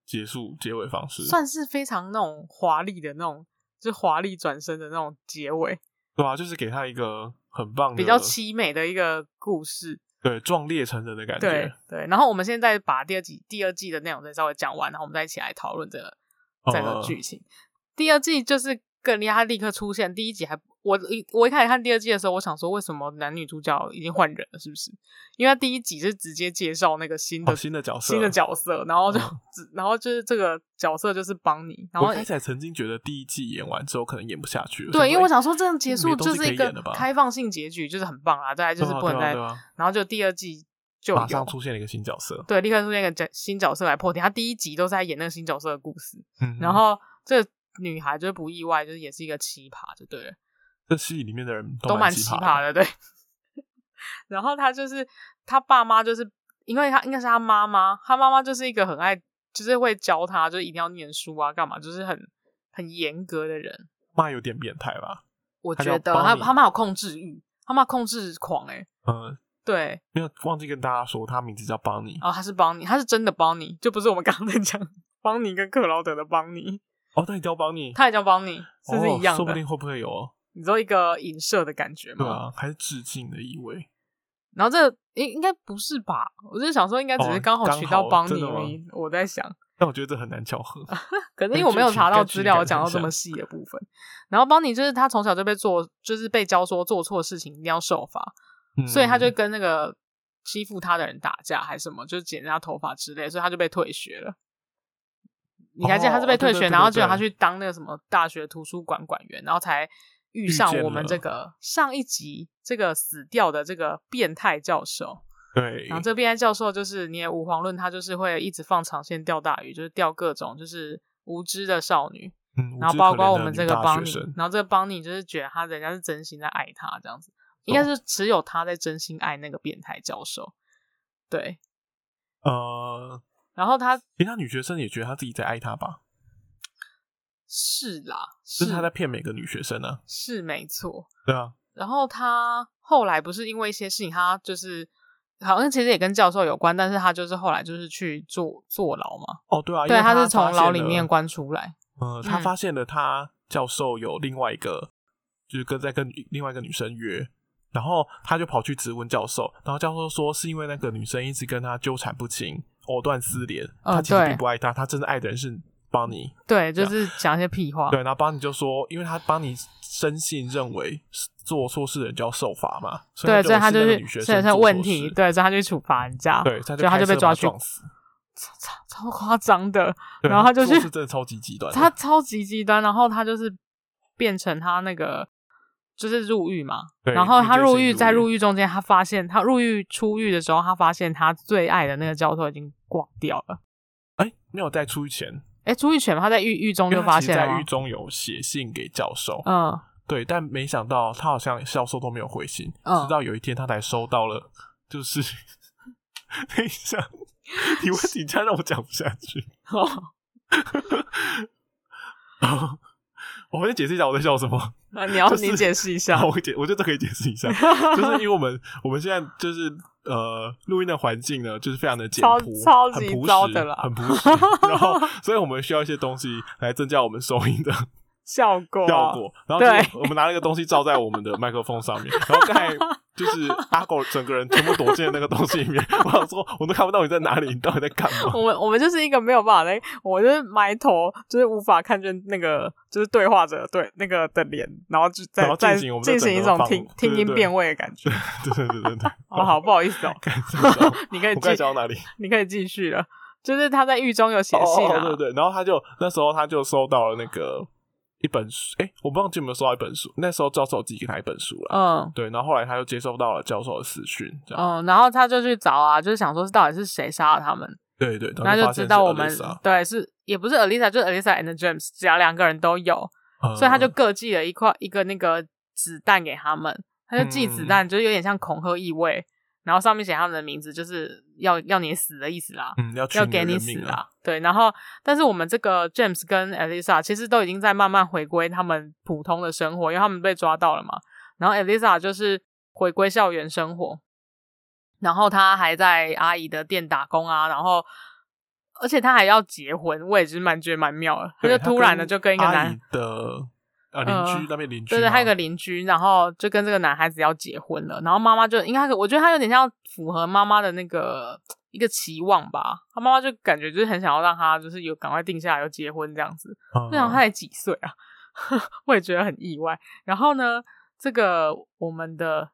B: 结束结尾方式，
A: 算是非常那种华丽的那种，就华丽转身的那种结尾，
B: 对啊，就是给他一个很棒的
A: 比较凄美的一个故事。
B: 对壮烈成人的感
A: 对
B: 觉。
A: 对，然后我们现在把第二季第二季的内容再稍微讲完，然后我们再一起来讨论这个这个
B: 嗯
A: 剧情。第二季就是更厉害，他立刻出现。第一集还我一我一开始看第二季的时候，我想说为什么男女主角已经换人了，是不是？因为他第一集是直接介绍那个新的、
B: 哦新的角色
A: 新的角色，然后就、
B: 嗯
A: 只然后就是这个角色就是邦尼，然后
B: 我一开始还曾经觉得第一季演完之后可能演不下去了，
A: 对，因为我
B: 说哎
A: 想说这样结
B: 没
A: 束
B: 东
A: 就
B: 西
A: 是
B: 可
A: 一
B: 以
A: 个
B: 演了吧
A: 开放性结局，就是很棒啊，大家就是
B: 对啊
A: 不能
B: 对啊
A: 再，
B: 对啊
A: 然后就第二季就
B: 哎马上
A: 有。
B: 出现了一个新角色，
A: 对，立刻出现一个角新角色来破题。他第一集都是在演那个新角色的故事，
B: 嗯，
A: 然后这个女孩就是不意外，就是也是一个奇葩，就对了，
B: 这戏里面的人
A: 都
B: 蛮
A: 奇
B: 葩
A: 葩的，对。 然后她就是她爸妈，就是因为她应该是她妈妈，她妈妈就是一个很爱，就是会教她，就一定要念书啊，干嘛，就是很很严格的人。
B: 妈有点变态吧？
A: 我
B: 她
A: 觉
B: 叫
A: 得
B: 邦
A: 她
B: 尼
A: 她妈有控制欲，她妈控制狂哎、欸
B: 嗯，
A: 对，
B: 没有忘记跟大家说，他名字叫邦尼
A: 然后她是邦尼，她是真的邦尼，就不是我们刚刚在讲 邦尼跟克劳德的邦尼，
B: 哦，那你叫邦尼，
A: 她也叫邦尼，是不是
B: 哦
A: 一样的？嗯
B: 说不定会不会有哦？
A: 你说一个影射的感觉
B: 对
A: 吗？
B: 啊，还是致敬的意味。
A: 然后这应应该不是吧？我就想说，应该只是
B: 哦
A: 刚好
B: 刚
A: 取到
B: 好
A: 邦
B: 真
A: 尼
B: 的吗哎
A: 而已。我在想，
B: 但我觉得这很难巧合。
A: 可能
B: 跟
A: 因为我没有
B: 剧情
A: 查到
B: 跟
A: 资
B: 剧
A: 料
B: 感
A: 讲
B: 很
A: 到这么
B: 像
A: 细的部分。然后邦尼就是他从小就被做，就是被教说做错事情一定要受罚，
B: 嗯
A: 所以他就跟那个欺负他的人打架还是什么，就是剪人家头发之类，所以他就被退学了。你还记得他是被
B: 哦对
A: 退
B: 对
A: 学，
B: 对
A: 然后
B: 对
A: 结果
B: 对
A: 他去当那个什么大学图书馆馆员，然后才遇
B: 遇
A: 上
B: 见
A: 我们
B: 了
A: 这个上一集这个死掉的这个变态教授。
B: 对
A: 然后这边教授就是你也无遑论，他就是会一直放长线钓大鱼，就是钓各种就是无知的少女，
B: 嗯
A: 然后包括我们
B: 无知
A: 这个
B: 可怜的女大
A: 邦
B: 学
A: 尼
B: 生，
A: 然后这个邦尼就是觉得他人家是真心在爱他这样子，应该
B: 哦
A: 是只有他在真心爱那个变态教授，对。
B: 呃，
A: 然后他
B: 其他女学生也觉得她自己在爱他吧，
A: 是啦，
B: 就是是她在骗每个女学生呢、啊。
A: 是没错。
B: 对啊，
A: 然后他后来不是因为一些事情，他就是好像其实也跟教授有关，但是他就是后来就是去坐坐牢嘛，
B: 哦对啊，因
A: 对，
B: 为
A: 他
B: 她
A: 是从
B: 发现
A: 牢里面
B: 了
A: 关出来，
B: 呃，他
A: 嗯
B: 发现了他教授有另外一个，就是跟在跟女另外一个女生约，然后他就跑去质问教授，然后教授说是因为那个女生一直跟他纠缠不清，藕断丝连，
A: 嗯
B: 他其实
A: 对
B: 并不爱他，他真的爱的人是邦尼。
A: 对，就是讲一些屁话，
B: 对，然后邦尼就说，因为他邦尼深信认为做错事的人就要受罚嘛，所以
A: 对，所以他
B: 他
A: 就
B: 认
A: 是
B: 为是那个女学
A: 所以
B: 生
A: 他
B: 做
A: 问
B: 错
A: 题，
B: 事，
A: 对，所以他就去处罚人家，
B: 对，
A: 所
B: 他
A: 以他就
B: 开车
A: 被抓
B: 把
A: 去
B: 撞死，
A: 超超超夸张的，
B: 对啊
A: 然后他就
B: 做
A: 去
B: 事真的超级极端的，
A: 他超级极端，然后他就是变成他那个就是入狱嘛，
B: 对
A: 然后他
B: 遇见
A: 入
B: 性
A: 狱
B: 入
A: 在入
B: 狱
A: 狱中间，他发现他入狱出狱的时候，他发现他最爱的那个教授已经挂掉了。
B: 哎，没有在出狱前，
A: 哎，出狱前他在狱狱中
B: 因为
A: 就
B: 他
A: 发
B: 其实
A: 现了
B: 在
A: 吗
B: 狱，中有写信给教授，
A: 嗯，
B: 对，但没想到他好像销售都没有回信，
A: 嗯
B: 直到有一天他才收到了，就是 等一下，你问题这样让我讲不下去，
A: 哦
B: 我先解释一下我在笑什么。
A: 那 你要
B: 就是
A: 你解释一下
B: 好，，我解，我觉得这可以解释一下，就是因为我们我们现在就是呃录音的环境呢，就是非常的简
A: 超
B: 朴，
A: 超
B: 很
A: 级
B: 朴
A: 糟
B: 实
A: 的啦
B: 很朴 实，然后所以我们需要一些东西来增加我们收音的
A: 效果啊
B: 效果。然后
A: 对
B: 就是我们拿了一个东西罩在我们的 麦克风上面，然后刚才就是阿狗整个人全部躲进了那个东西里面。 我想说，我都看不到你在哪里，你到底在干嘛？
A: 我们我们就是一个没有办法在，我就是埋头，就是无法看见那个就是对话者对那个的脸，然后就在
B: 然后进
A: 在
B: 行我们的
A: 进行
B: 整
A: 一
B: 个
A: 种
B: 访
A: 听
B: 对
A: 听
B: 对
A: 音
B: 对
A: 辨位的感觉。
B: 对对对对对，
A: 哦， 好，不好意思哦，
B: 看这么糟
A: 你可以
B: 我刚才
A: 继
B: 讲到哪里？
A: 你可以继续了。就是他在狱中有写信
B: 哦哦
A: 啊，
B: 哦对对。然后他就那时候他就收到了那个一本书，哎，我不忘记有没有收到一本书。那时候教授寄给他一本书了，
A: 嗯
B: 对。然后后来他就接收到了教授的私讯，这样、
A: 嗯，然后他就去找啊，就是想说是到底是谁杀了他们，
B: 对对。然
A: 那
B: 后
A: 就
B: 发现
A: 知
B: 是
A: 道我们
B: Alyssa，
A: 对是也不是 Elisa，就是 Elisa and James，只要两个人都有，
B: 嗯
A: 所以他就各寄了
B: 嗯
A: 一块一个那个子弹给他们，他就寄子弹，就是有点像恐吓意味。然后上面写他们的名字，就是要要你死的意思啦，
B: 嗯，要取
A: 要给
B: 你
A: 你
B: 的
A: 死
B: 命啊！
A: 啦。对，然后但是我们这个 James 跟 Elisa 其实都已经在慢慢回归他们普通的生活，因为他们被抓到了嘛。然后 Elisa 就是回归校园生活，然后她还在阿姨的店打工啊，然后而且她还要结婚，我也是蛮觉得蛮妙的。她
B: 对
A: 就突然的就跟一个
B: 阿
A: 男嗯
B: 姨的呃邻居那边邻居
A: 对
B: 吗，
A: 对，还有个邻居，然后就跟这个男孩子要结婚了，然后妈妈就应该，我觉得他有点像符合妈妈的那个一个期望吧。他妈妈就感觉就是很想要让他就是有赶快定下来要结婚这样子。
B: 嗯，
A: 那想他才几岁啊？ 我也觉得很意外。然后呢，这个我们的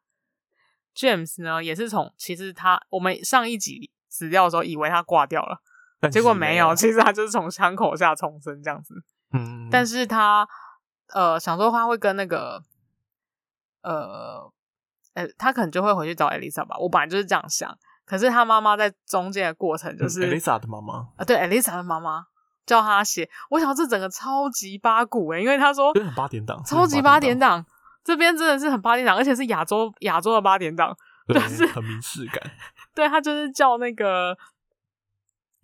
A: James 呢，也是从其实他我们上一集死掉的时候以为他挂掉了，
B: 但
A: 结果
B: 是
A: 没
B: 没
A: 有，，其实他就是从伤口下重生这样子。
B: 嗯，
A: 但
B: 是
A: 是他呃想说他会跟那个呃呃，他可能就会回去找 Elisa 吧。我本来就是这样想，可是他妈妈在中间的过程就是、
B: 嗯 Elisa 的妈妈，
A: 啊，对 Elisa 的妈妈叫他写，我想这整个超级八股欸诶、因为他说
B: 就是很八点档，
A: 超
B: 真
A: 级
B: 的很
A: 八
B: 啊八
A: 点
B: 档，
A: 档。这边真的是很八点档，而且是亚洲亚洲的八点档。但是
B: 对，很明示感，
A: 对他就是叫那个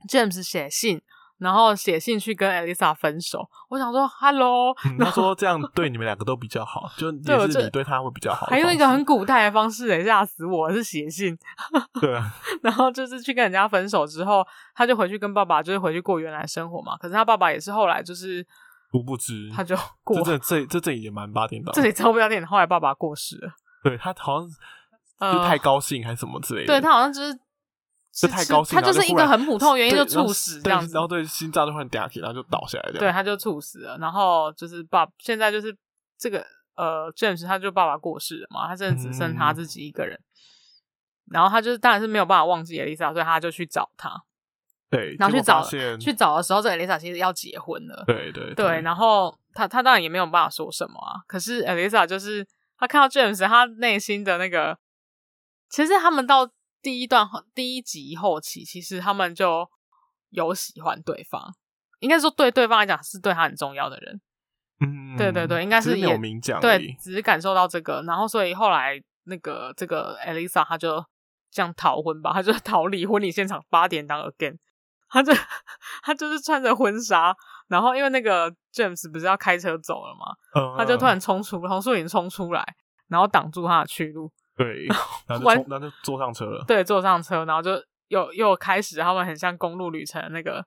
A: James 写信，然后写信去跟 Elisa 分手。我想说，Hello，
B: 嗯他说这样对你们两个都比较好，就
A: 对我
B: 也
A: 这
B: 是你对他会比较好的方式，
A: 还用一个很古代的方式、欸，吓死我！是写信，
B: 对啊，
A: 然后就是去跟人家分手之后，他就回去跟爸爸，就是回去过原来生活嘛。可是他爸爸也是后来就是
B: 殊不知
A: 他就过
B: 这这这这这也蛮八点档
A: 这，里超不要脸，后来爸爸过世了，
B: 对他好像就
A: 呃
B: 太高兴还是什么之类的，
A: 对他好像就是
B: 就是太
A: 吃
B: 高兴
A: 他
B: 了，
A: 就是一
B: 忽
A: 个
B: 然
A: 很普通的原因就
B: 对然
A: 猝
B: 后
A: 死这
B: 对
A: 样子
B: 然，后对心脏就忽然嗲起，然后就倒下来这
A: 对，
B: 样，
A: 他就猝死了。然后就是爸，现在就是这个呃，James 他就爸爸过世了嘛，他现在只剩
B: 嗯
A: 他自己一个人。然后他就是当然是没有办法忘记 Elisa，所以他就去找他。
B: 对，
A: 然后
B: 结
A: 去
B: 果发
A: 找
B: 现
A: 去找的时候，这个 Elisa 其实要结婚了，
B: 对对
A: 对，然后他他当然也没有办法说什么啊。可是 Elisa 就是他看到 James，他内心的那个，其实他们到第一段后第一集后期，其实他们就有喜欢对方，应该说对对方来讲是对他很重要的人，
B: 嗯，
A: 对对对应该
B: 只
A: 是
B: 没有
A: 也
B: 明讲而
A: 对
B: 已，，
A: 只是感受到这个，然后所以后来那个这个 Elisa 她就这样逃婚吧，她就逃离婚礼现场八点档 again，她就她就是穿着婚纱，然后因为那个 James 不是要开车走了嘛，
B: 嗯
A: 他就突然冲出红树林冲出来，然后挡住他的去路，
B: 对，然后就
A: 完
B: 冲，然后就坐上车了，
A: 对，坐上车，然后就又又开始他们很像公路旅程的那个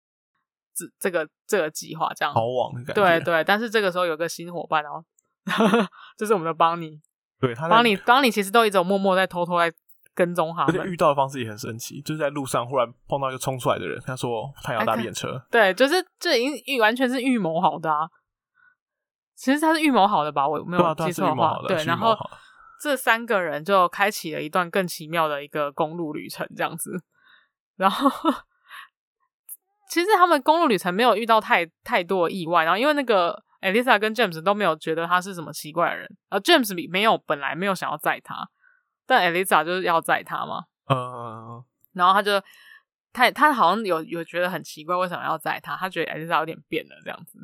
A: 这这个这个计划这样，
B: 逃亡的感
A: 对
B: 觉，
A: 对，但是这个时候有个新伙伴哦。 就是我们的邦尼，
B: 对，他在
A: 邦尼，邦尼其实都一直有默默在偷偷在跟踪他
B: 而且遇
A: 们。
B: 到的方式也很神奇，就是在路上忽然碰到一个冲出来的人，他说他
A: 哎
B: 要搭便车，
A: 对，就是这已经预完全是预谋好的啊。其实他是预谋好的吧？我没
B: 对
A: 有
B: 啊，对啊
A: 记
B: 是
A: 错
B: 预
A: 的
B: 谋
A: 话
B: 好，的，
A: 对。
B: 是预
A: 然
B: 谋
A: 后
B: 好的
A: 这三个人就开启了一段更奇妙的一个公路旅程，这样子。然后，其实他们公路旅程没有遇到太太多的意外，然后因为那个 Elisa 跟 James 都没有觉得他是什么奇怪的人，呃，James 没有本来没有想要载他，但 Elisa 就是要载他嘛，
B: 嗯，
A: 然后他就他他好像有有觉得很奇怪，为什么要载他？他觉得艾丽莎有点变了这样子。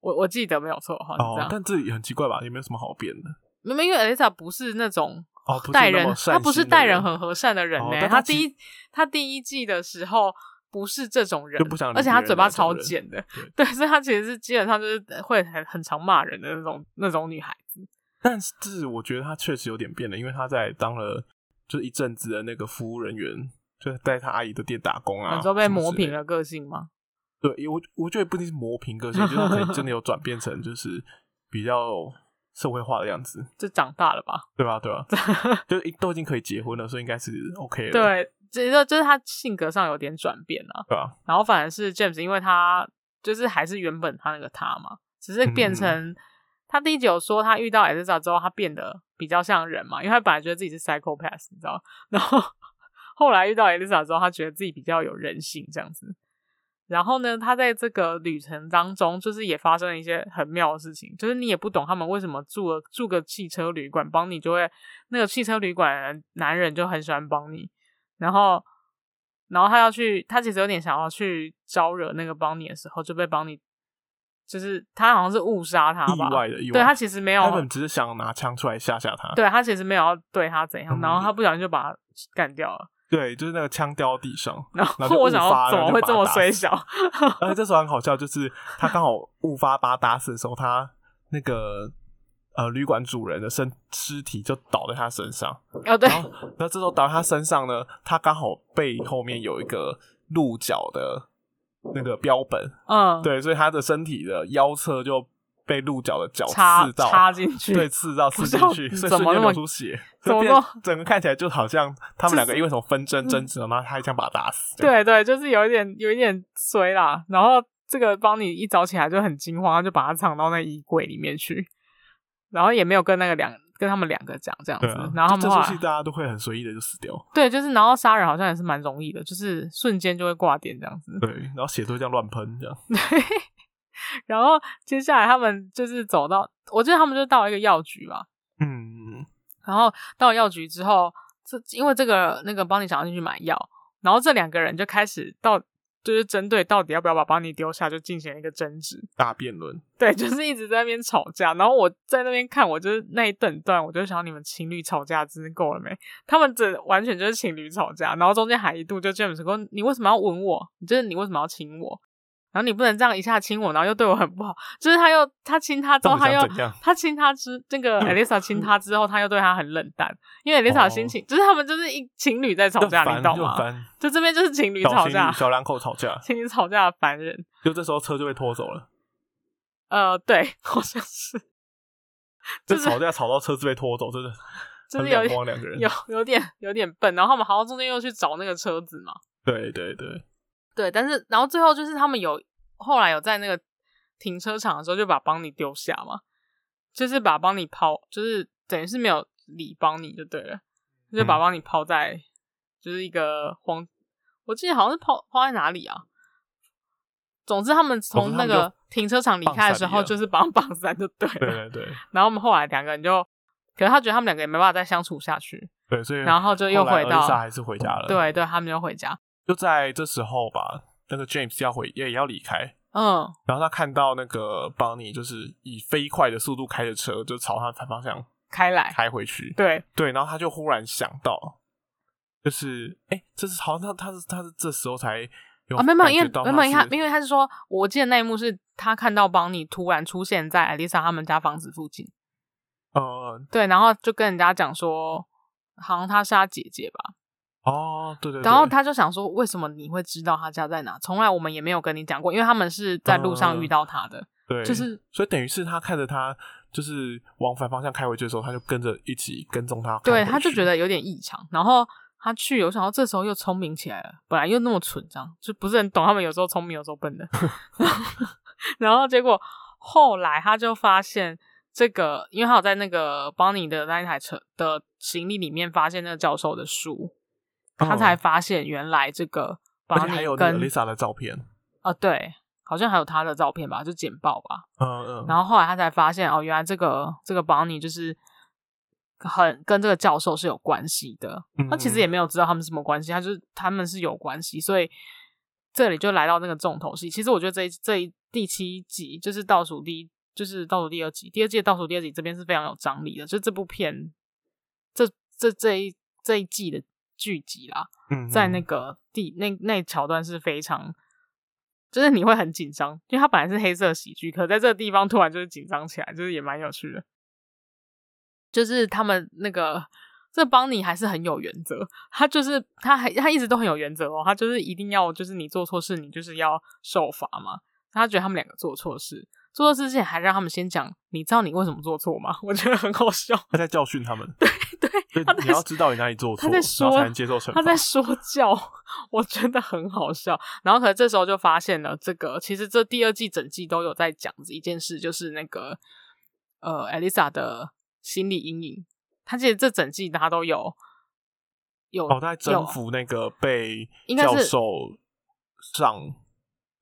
A: 我我记得没有错的话是这
B: 哦，
A: 样，
B: 但这也很奇怪吧，也没有什么好变的，
A: 明明因为艾丽莎不是那种
B: 哦，不是
A: 待
B: 那
A: 人
B: 么，善
A: 她不是
B: 心的
A: 待人很和善的人
B: 哦
A: 呢、
B: 但
A: 她
B: 她
A: 第
B: 其
A: 一她第一季的时候不是这种人
B: 就不想，理
A: 而且她
B: 别人啊
A: 嘴巴
B: 的那
A: 超
B: 种人
A: 贱的，
B: 对
A: 对，所以她其实是基本上就是会很很常骂人的那种那种女孩子。
B: 但是我觉得他确实有点变了，因为他在当了就是一阵子的那个服务人员，就是在他阿姨的店打工啊，
A: 哦你说被
B: 什么
A: 磨
B: 之类
A: 平
B: 的
A: 了个性吗？
B: 对，因为我我觉得不一定是磨平个性，就是他可能真的有转变成就是比较社会化的样子，
A: 就长大了吧？
B: 对吧？对吧？就一都已经可以结婚了，所以应该是 OK 了，
A: 对，只是就是她性格上有点转变啊。
B: 对吧？
A: 然后反而是 James，因为他就是还是原本他那个他嘛，只是变成、他第九说他遇到 Elsa 之后，他变得比较像人嘛，因为他本来觉得自己是 psychopath，你知道， 然后后来遇到 Elsa 之后，他觉得自己比较有人性这样子。然后呢，他在这个旅程当中，就是也发生了一些很妙的事情，就是你也不懂他们为什么住了住个汽车旅馆，帮你就会那个汽车旅馆的男人就很喜欢帮你，然后，然后他要去，他其实有点想要去招惹那个邦尼的时候，就被邦尼，就是他好像是误杀他
B: 意
A: 吧，
B: 外的意外，
A: 对他其实没有
B: 他，本只是想拿枪出来吓吓他，
A: 对他其实没有要对他怎样，
B: 嗯
A: 然后他不小心就把干掉了。
B: 对，就是那个枪掉到 地上，
A: 然
B: 然
A: 后
B: 后就
A: 我想
B: 误发
A: 要怎
B: 然
A: 么
B: 后
A: 会
B: 就
A: 这么
B: 把他打
A: 衰
B: 死
A: 小？
B: 而且这时候很好笑，就是他刚好误发把他打死的时候，他那个呃旅馆主人的身尸体就倒在他身上，
A: 啊，对，
B: 然后那这时候倒在他身上呢，他刚好背后面有一个鹿角的那个标本，
A: 嗯，
B: 对，所以他的身体的腰侧就被鹿角的角
A: 插
B: 刺到，
A: 插进去，
B: 对，刺到
A: 不知
B: 刺进
A: 道
B: 去，所以
A: 怎
B: 瞬
A: 么
B: 间
A: 那么
B: 流出血，
A: 怎
B: 就
A: 么
B: 变
A: 那么
B: 整个看起来就好像他们两
A: 就
B: 个
A: 是
B: 因为什么纷争
A: 嗯
B: 争执了，然后他一枪把他打死，这样
A: 对对，就是有一点有一点衰啦。然后这个邦尼一早起来就很惊慌，他就把它藏到那衣柜里面去，然后也没有跟那个两跟他们两个讲这样子。
B: 对啊，
A: 然后他
B: 这
A: 们后
B: 出戏
A: 来
B: 大家都会很随意的就死掉，
A: 对，就是然后杀人好像也是蛮容易的，就是瞬间就会挂点这样子。
B: 对，然后血都会这样乱喷这样，
A: 然后接下来他们就是走到，我记得他们就到了一个药局吧，
B: 嗯，
A: 然后到了药局之后，这因为这个那个邦尼想要进去买药，然后这两个人就开始到就是针对到底要不要把邦尼丢下就进行了一个争执。
B: 大辩论，
A: 对， 就是一直在那边吵架，然后我在那边看，我就是那一整段，我就想你们情侣吵架真是够了没？他们这完全就是情侣吵架，然后中间还一度就 James 说：“你为什么要吻我？你就是你为什么要亲我？然后你不能这样一下亲我，然后又对我很不好。就是他又他亲他之后，
B: 到
A: 他
B: 底
A: 又
B: 想怎样？
A: 他亲他之那个 Elisa 亲他之后，他又对他很冷淡，因为 Elisa 的心
B: 嗯哦
A: 情、就是他们就是一情侣在吵
B: 很
A: 架，你
B: 烦
A: 懂
B: 就很
A: 吗？
B: 烦，
A: 就这边就是情侣
B: 小
A: 吵
B: 情
A: 架
B: 侣，小两口吵架，
A: 情侣吵架的烦人。
B: 就这时候车就被拖走了，
A: 呃，对， 好像 是。
B: 就
A: 就是
B: 吵架吵到车子被拖走，真的
A: 就是
B: 很
A: 有
B: 两光两个人
A: 有，有点有点笨，然后他们好像中间又去找那个车子嘛，
B: 对对对，
A: 对，但是然后最后就是他们有后来有在那个停车场的时候就把邦尼丢下嘛，就是把邦尼抛，就是等于是没有理邦尼就对了，就把
B: 嗯
A: 邦尼抛在、就是一个荒，我记得好像是抛抛在哪里啊，总之他们
B: 之
A: 从那
B: 他们就
A: 个停车场离
B: 棒
A: 开的
B: 散
A: 时
B: 离
A: 候
B: 了
A: 就是绑绑三就对
B: 对
A: 了，
B: 对对
A: 然后我们后来两个人就，可是他觉得他们两个也没办法再相处下去，
B: 对，所以
A: 然后就又
B: 后来
A: 回到
B: Elsa 还是回家了，，
A: 对对，他们就回家。
B: 就在这时候吧，那个 James 要回也也要离开。
A: 嗯，
B: 然后他看到那个邦尼，就是以飞快的速度开着车，就朝他的方向
A: 开来，
B: 开回去。
A: 对，
B: 对，然后他就忽然想到，就是哎、诶这是好像他他是他是这时候才有
A: 啊，没有没有，
B: 哦感
A: 因
B: 觉
A: 为
B: 到
A: 没有没有，因为
B: 他
A: 他因为他是说，我记得那一幕是他看到邦尼突然出现在艾丽莎他们家房子附近，
B: 呃
A: 对，然后就跟人家讲说，好像她是他姐姐吧，
B: 哦对对对，
A: 然后他就想说，为什么你会知道他家在哪？从来我们也没有跟你讲过，因为他们是在路上
B: 嗯
A: 遇到他的，
B: 对
A: 就是
B: 所以等于是他看着他就是往反方向开回去的时候，他就跟着一起跟踪他开回
A: 对，
B: 去，
A: 他就觉得有点异常，然后。他去，我想到这时候又聪明起来了，本来又那么蠢，这样就不是很懂他们有时候聪明，有时候笨的。 然后结果后来他就发现这个，因为他有在那个邦尼的那一台车的行李里面发现那个教授的书，他才
B: 嗯
A: 发现原来这个
B: 而
A: 邦
B: 且还
A: 尼
B: 有那个
A: 跟
B: Lisa 的照片，
A: 啊、对，好像还有他的照片吧，就简报吧。
B: 嗯嗯，
A: 然后后来他才发现哦，原来这个这个邦尼就是很跟这个教授是有关系的。他其实也没有知道他们是什么关系，他就是他们是有关系，所以这里就来到那个重头戏。其实我觉得这一这一第七集就是倒数第一，就是倒数第二集，第二季的倒数第二集这边是非常有张力的，就这部片这这这一这一季的剧集啦，
B: 嗯
A: 在那个地那那桥段是非常，就是你会很紧张，因为它本来是黑色喜剧，可在这个地方突然就是紧张起来，就是也蛮有趣的。就是他们那个这邦尼还是很有原则，他就是他还他一直都很有原则哦，他就是一定要就是你做错事，你就是要受罚嘛。他觉得他们两个做错事，做错事之前还让他们先讲，你知道你为什么做错吗？ 我觉得很好笑。
B: 他在教训他 们，对对
A: 他在
B: 你要知道你哪里做错，
A: 他在
B: 然后
A: 说
B: 才能接受惩罚。
A: 他在说教，我觉得很好笑。然后可能这时候就发现了这个，其实这第二季整季都有在讲一件事，就是那个呃，Elisa 的心理阴影。他其实这整季他都有有
B: 哦，他在
A: 有
B: 征服那个被
A: 应该
B: 教
A: 是
B: 授上，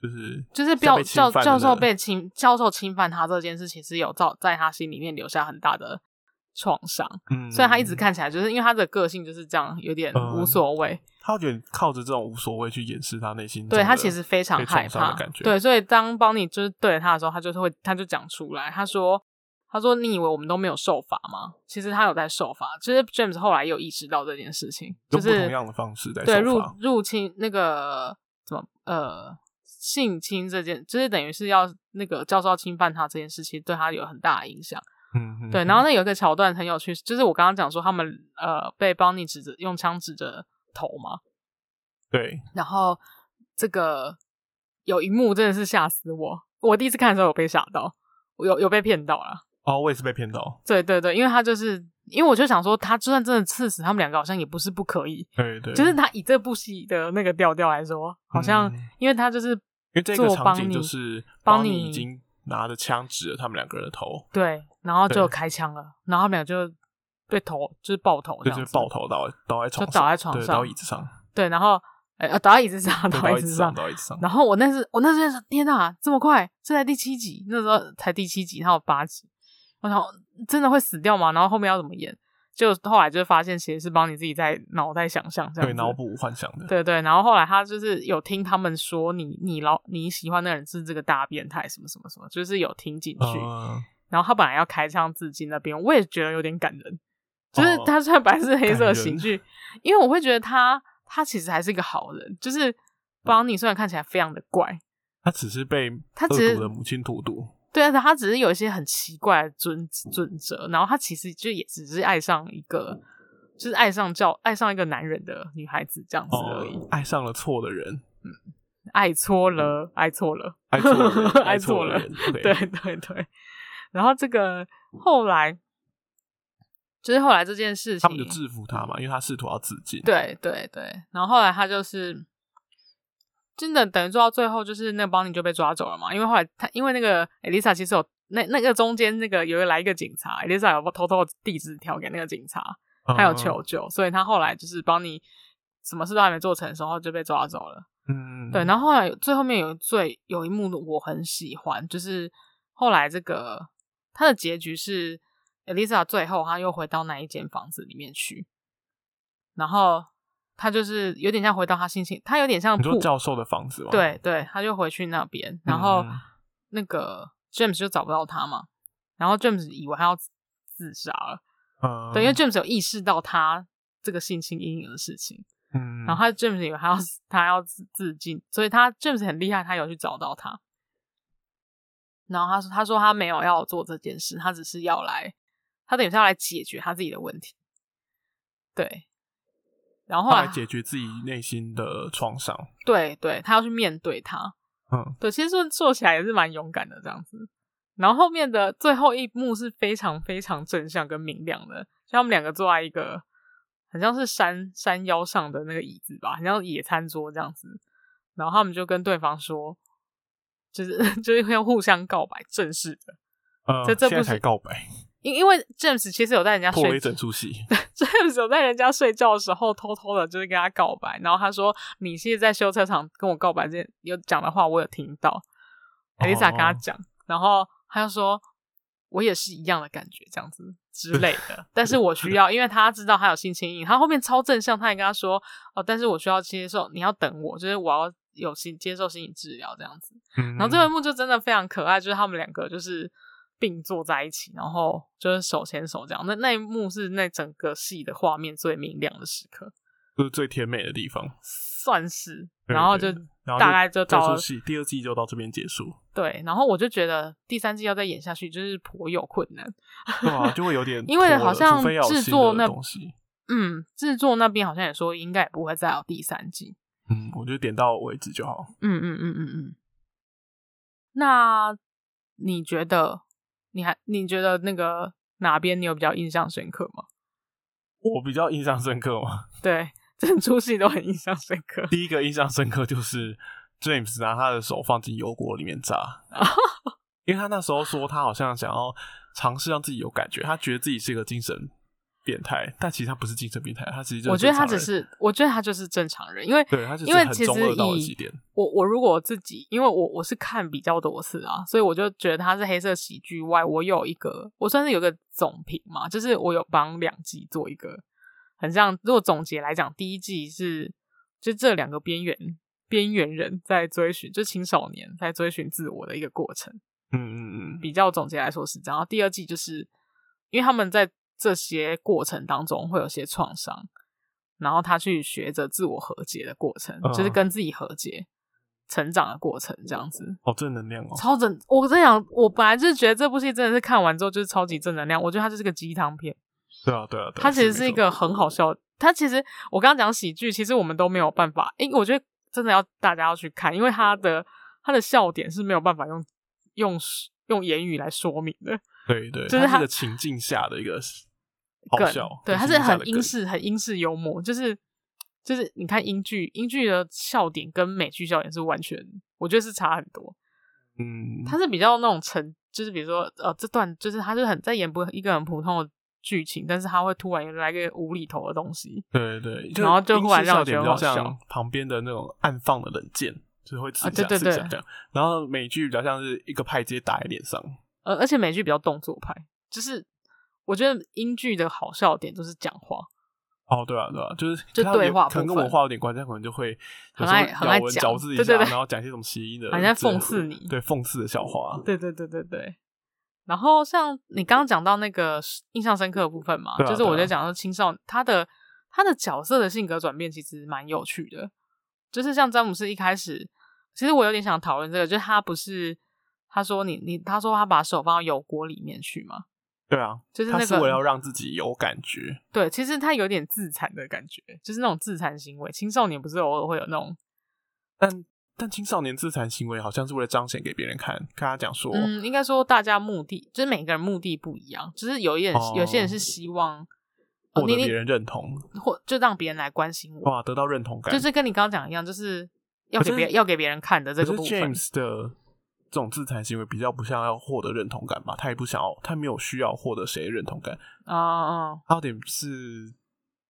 B: 就是
A: 就是
B: 要
A: 教
B: 被侵
A: 教
B: 犯的
A: 教
B: 那
A: 授
B: 个
A: 被侵教授侵犯他这件事，其实有造在他心里面留下很大的创伤。
B: 嗯，
A: 虽然他一直，看起来就是因为他的个性就是这样，有点无
B: 嗯
A: 所谓。
B: 他有点靠着这种无所谓去掩饰他内心中的，
A: 对他其实非常
B: 被
A: 害
B: 创伤
A: 怕
B: 的感觉
A: 对，所以当邦尼就是对着他的时候，他就是会，他就讲出来，他说，他说：“你以为我们都没有受罚吗？其实他有在受罚。其实 James 后来也有意识到这件事情，就
B: 用不
A: 是
B: 同样的方式在
A: 对
B: 受
A: 入
B: 罚。
A: 入侵那个怎么呃性侵这件，就是等于是要那个教授要侵犯他这件事情，对他有很大的影响。
B: 嗯，嗯
A: 对，
B: 嗯
A: 然后那有一个桥段很有趣，就是我刚刚讲说他们呃被邦尼指着用枪指着头嘛，
B: 对，
A: 然后这个有一幕真的是吓死我，我第一次看的时候有被吓到，我有有被骗到啦。
B: 哦，我也是被骗到，
A: 对对对，因为他就是因为我就想说，他就算真的刺死他们两个，好像也不是不可以。
B: 对对，
A: 就是他以这部戏的那个调调来说，好像、
B: 嗯
A: 因为他就是
B: 因为这个
A: 做
B: 场
A: 邦
B: 景
A: 尼
B: 就是
A: 邦
B: 尼
A: 尼
B: 已经拿着枪指着他们两个人的头，
A: 对，然后就
B: 对
A: 开枪了，然后他们俩就被头就是爆头这
B: 就
A: 样
B: 是
A: 子，
B: 抱头倒倒在床
A: 就
B: 上，
A: 倒在床
B: 对，
A: 上
B: 倒椅子上，
A: 对，然后呃呃倒在椅子上，
B: 对，
A: 倒
B: 倒
A: 在
B: 椅
A: 椅
B: 子
A: 子
B: 上，
A: 上，
B: 倒椅子上，
A: 然后我那时我那时候想，天哪，这么快，这才第七集，那时候才第七集，它有八集，我想真的会死掉吗？然后后面要怎么演？就后来就发现，其实是帮你自己在脑袋想象这样
B: 对，
A: 子，
B: 脑补幻想的，
A: 对对，然后后来他就是有听他们说你你老你喜欢的人是这个大变态什么什么什么，就是有听进去。
B: 嗯，
A: 然后他本来要开枪致敬那边，我也觉得有点感人。就是
B: 哦
A: 他虽然本来是黑色
B: 感
A: 喜
B: 人
A: 剧，因为我会觉得他他其实还是一个好人，
B: 嗯
A: 就是邦尼虽然看起来非常的怪，
B: 他只是被
A: 他
B: 恶
A: 只是
B: 毒的母亲荼毒，
A: 对啊，他只是有一些很奇怪的准准则，然后他其实就也只是爱上一个，就是爱上叫爱上一个男人的女孩子这样子而已，
B: 哦，爱上了错的人，
A: 爱错了，爱错了。
B: 爱错了人，
A: 爱
B: 爱
A: 错
B: 错了
A: 了
B: 人，
A: 对，对对。然后这个后来，就是后来这件事情，
B: 他们就制服他嘛，因为他试图要自尽，
A: 对对对。然后后来他就是真的等于做到最后，就是那个邦尼就被抓走了嘛，因为后来他因为那个 Elisa 其实有那那个中间那个有来一个警察，Elisa 有偷偷递纸条给那个警察，
B: 嗯，
A: 他有求救，所以他后来就是邦尼什么事都还没做成的时候就被抓走了。
B: 嗯，嗯，
A: 对，
B: 嗯
A: 然后后来最后面有最有一幕我很喜欢，就是后来这个他的结局是 Elisa 最后她又回到那一间房子里面去，然后她就是有点像回到她心情，她有点像
B: 你说
A: 铺
B: 教授的房子吗？
A: 对对，她就回去那边，然后
B: 嗯
A: 那个 James 就找不到她嘛，然后 James 以为他要自自杀了，
B: 嗯，
A: 对，因为 James 有意识到他这个性侵阴影的事情。
B: 嗯，
A: 然后他 James 以为他要死他要自自尽，所以他 James 很厉害，他有去找到他。然后他说他说他没有要做这件事，他只是要来，他等于是要来解决他自己的问题。对，然后后
B: 他
A: 来
B: 来解决自己内心的创伤，
A: 对对，他要去面对他。
B: 嗯，
A: 对，其实做做起来也是蛮勇敢的这样子。然后后面的最后一幕是非常非常正向跟明亮的，像他们两个坐在一个很像是山山腰上的那个椅子吧，很像野餐桌这样子。然后他们就跟对方说，就是就是 会互相告白，正式的。
B: 呃，
A: 这这
B: 现
A: 不
B: 在
A: 是
B: 才告白，
A: 因因为 James 其实有在人家
B: 破了一
A: 睡
B: 整出戏，
A: James 有在人家睡觉的时候偷偷的，就是跟他告白，然后他说：“你现在在修车厂跟我告白这件有讲的话，我有听到。”Elisa 跟他讲，然后他就说：“我也是一样的感觉，这样子之类的。但是我需要，因为他知道他有性侵瘾，他后面超正向，他也跟他说：哦，但是我需要接受，你要等我，就是我要有心接受心理治疗这样子。”
B: 然
A: 然后最后一幕就真的非常可爱，就是他们两个就是并坐在一起，然后就是手牵手这样。那那一幕是那整个戏的画面最明亮的时刻，
B: 就是最甜美的地方，
A: 算是。
B: 对
A: 然后就
B: 对然后
A: 大概就
B: 这
A: 到
B: 出戏第二季就到这边结 束，
A: 对，然后我就觉得第三季要再演下去就是颇有困难。
B: 对啊，就会有点
A: 因为
B: 脱了
A: 好像
B: 除非要有
A: 制
B: 新
A: 作
B: 的
A: 那
B: 东西，
A: 嗯，制作那边好像也说应该也不会再有第三季。
B: 嗯，我就点到为止就好。
A: 嗯嗯嗯嗯嗯。那你觉得？你还你觉得那个哪边你有比较印象深刻吗？
B: 我比较印象深刻嘛，
A: 对，整出戏都很印象深刻。
B: 第一个印象深刻就是 James 拿他的手放进油锅里面 炸，因为他那时候说他好像想要尝试让自己有感觉，他觉得自己是一个精神变态，但其实他不是精神变态，他其实就是
A: 我觉得他
B: 正常
A: 只
B: 人
A: 是，我觉得他就是正常人，因为
B: 对他就是
A: 因为
B: 很
A: 其实
B: 中二到了
A: 以
B: 极点
A: 我我如果我自己，因为我我是看比较多次啊，所以我就觉得他是黑色喜剧外，我有一个我算是有个总评嘛，就是我有帮两季做一个很像，如果总结来讲，第一季是就这两个边缘边缘人在追寻，就青少年在追寻自我的一个过程，
B: 嗯嗯嗯，
A: 比较总结来说是这样。然后第二季就是因为他们在这些过程当中会有些创伤，然后他去学着自我和解的过程，
B: 嗯
A: 就是跟自己和解、成长的过程这样子。
B: 好正能量哦。
A: 超正！我真想，我本来就是觉得这部戏真的是看完之后就是超级正能量。我觉得它就是个鸡汤片，
B: 对啊对啊，对啊
A: 它其实
B: 没
A: 是一
B: 错
A: 个很好笑的。它其实我刚刚讲喜剧，其实我们都没有办法，因为我觉得真的要大家要去看，因为它的它的笑点是没有办法用用用言语来说明的。
B: 对对，
A: 就是它
B: 它是一个情境下的一个好
A: 梗
B: 笑，
A: 对，它
B: 情
A: 是
B: 境下
A: 很
B: 的
A: 英
B: 梗
A: 式、很英式幽默，就是就是你看英剧，英剧的笑点跟美剧笑点是完全，我觉得是差很多。
B: 嗯，
A: 它是比较那种沉，就是比如说呃，这段就是它就很在演不一个很普通的剧情，但是它会突然来个无厘头的东西。
B: 对对，就
A: 然后
B: 是
A: 就
B: 英
A: 忽然
B: 式
A: 让
B: 笑
A: 我
B: 点
A: 觉
B: 比
A: 得
B: 较
A: 好笑
B: 像旁边的那种暗放的冷箭，就是会刺
A: 啊
B: 一下、
A: 对对
B: 刺一下
A: 对
B: 这样。然后美剧比较像是一个派直接打在脸上，
A: 呃，而且美剧比较动作派，就是我觉得英剧的好笑点都是讲话，
B: 哦，对啊，对啊，就是
A: 就
B: 它有
A: 对话
B: 可能
A: 部
B: 跟
A: 分
B: 文化有点关系，它可能就会有
A: 很
B: 时候
A: 爱很爱
B: 咬文
A: 讲
B: 嚼字一下，
A: 对对对
B: 然后讲一些什么谐音的之
A: 好
B: 类
A: 像
B: 的，
A: 在讽刺你
B: 对讽刺的笑话，
A: 对对对对对。然后像你刚刚讲到那个印象深刻的部分嘛，
B: 对啊
A: 就是
B: 对啊
A: 我在讲说青少他的他的角色的性格转变其实蛮有趣的，就是像詹姆斯一开始，其实我有点想讨论这个，就是他不是他说你你他说他把手放到油锅里面去嘛，
B: 对啊，
A: 就是
B: 它
A: 那
B: 是为了要
A: 个
B: 让自己有感觉，
A: 对，其实他有点自残的感觉，就是那种自残行为。青少年不是偶尔会有那种
B: 但但青少年自残行为好像是为了彰显给别人看，跟他讲说，
A: 嗯，应该说大家目的就是每个人目的不一样，只、是有一点、
B: 哦
A: 有些人是希望呃
B: 获得
A: 你你
B: 别人认同，
A: 或就让别人来关心我，
B: 哇，得到认同感，
A: 就是跟你刚刚讲一样，就是要
B: 可
A: 给
B: 是
A: 别要给别人看的这个
B: 可
A: 部
B: 是
A: 分。
B: James 的这种自残行为比较不像要获得认同感吧，他也不想要，他没有需要获得谁的认同感，
A: 啊啊、嗯
B: 他有点是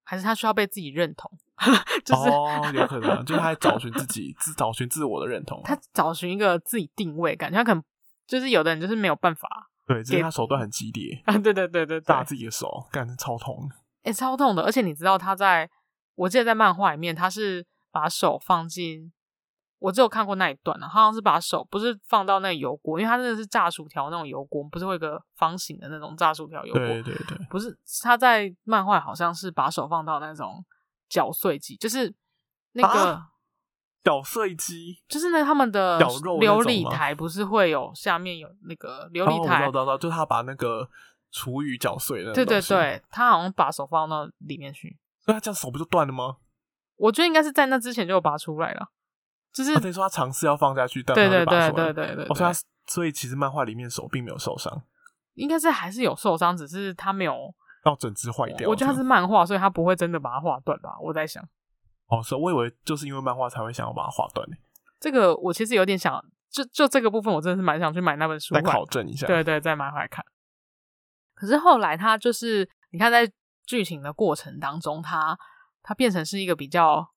A: 还是他需要被自己认同， 就是、
B: 哦，有可能就是他在找寻自己，自找寻自我的认同。
A: 他找寻一个自己定位感觉，他可能就是有的人就是没有办法
B: 对，只是
A: 给
B: 他手段很激烈，
A: 啊，对对对对对，
B: 打
A: 哎、
B: 自己的手，干超痛。
A: 超痛的，而且你知道他在我记得在漫画里面他是把手放进。我只有看过那一段啊，他好像是把手不是放到那个油锅，因为他真的是炸薯条那种油锅，不是会有一个方形的那种炸薯条油锅，
B: 对对对，
A: 不是他在漫画好像是把手放到那种绞碎机，就是那个、
B: 啊绞碎机，
A: 就是那他们的
B: 绞肉那种
A: 琉璃
B: 吗
A: 台不是会有下面有那个琉
B: 然后
A: 璃
B: 哦我知
A: 台，
B: 道，知道，就是他把那个厨余绞碎的。
A: 对对，对，他好像把手放到里面去，
B: 所以他这样手不就断了吗？
A: 我觉得应该是在那之前就有拔出来了，就是、
B: 啊等于说他尝试要放下去，但
A: 对
B: 他
A: 对
B: 就拔
A: 对
B: 出来
A: 对
B: 了
A: 对对
B: 哦，所以
A: 对
B: 他，所以其实漫画里面手并没有受伤，
A: 应该是还是有受伤，只是他没有，
B: 然后整只坏掉。
A: 我觉得他是漫画，所以他不会真的把它画断吧，我在想。
B: 哦，所以我以为就是因为漫画才会想要把它画断，欸
A: 这个我其实有点想，就就这个部分，我真的是蛮想去买那本书
B: 来
A: 回来
B: 考证一下。
A: 对对，再买回来看。可是后来他就是，你看在剧情的过程当中，他他变成是一个比较，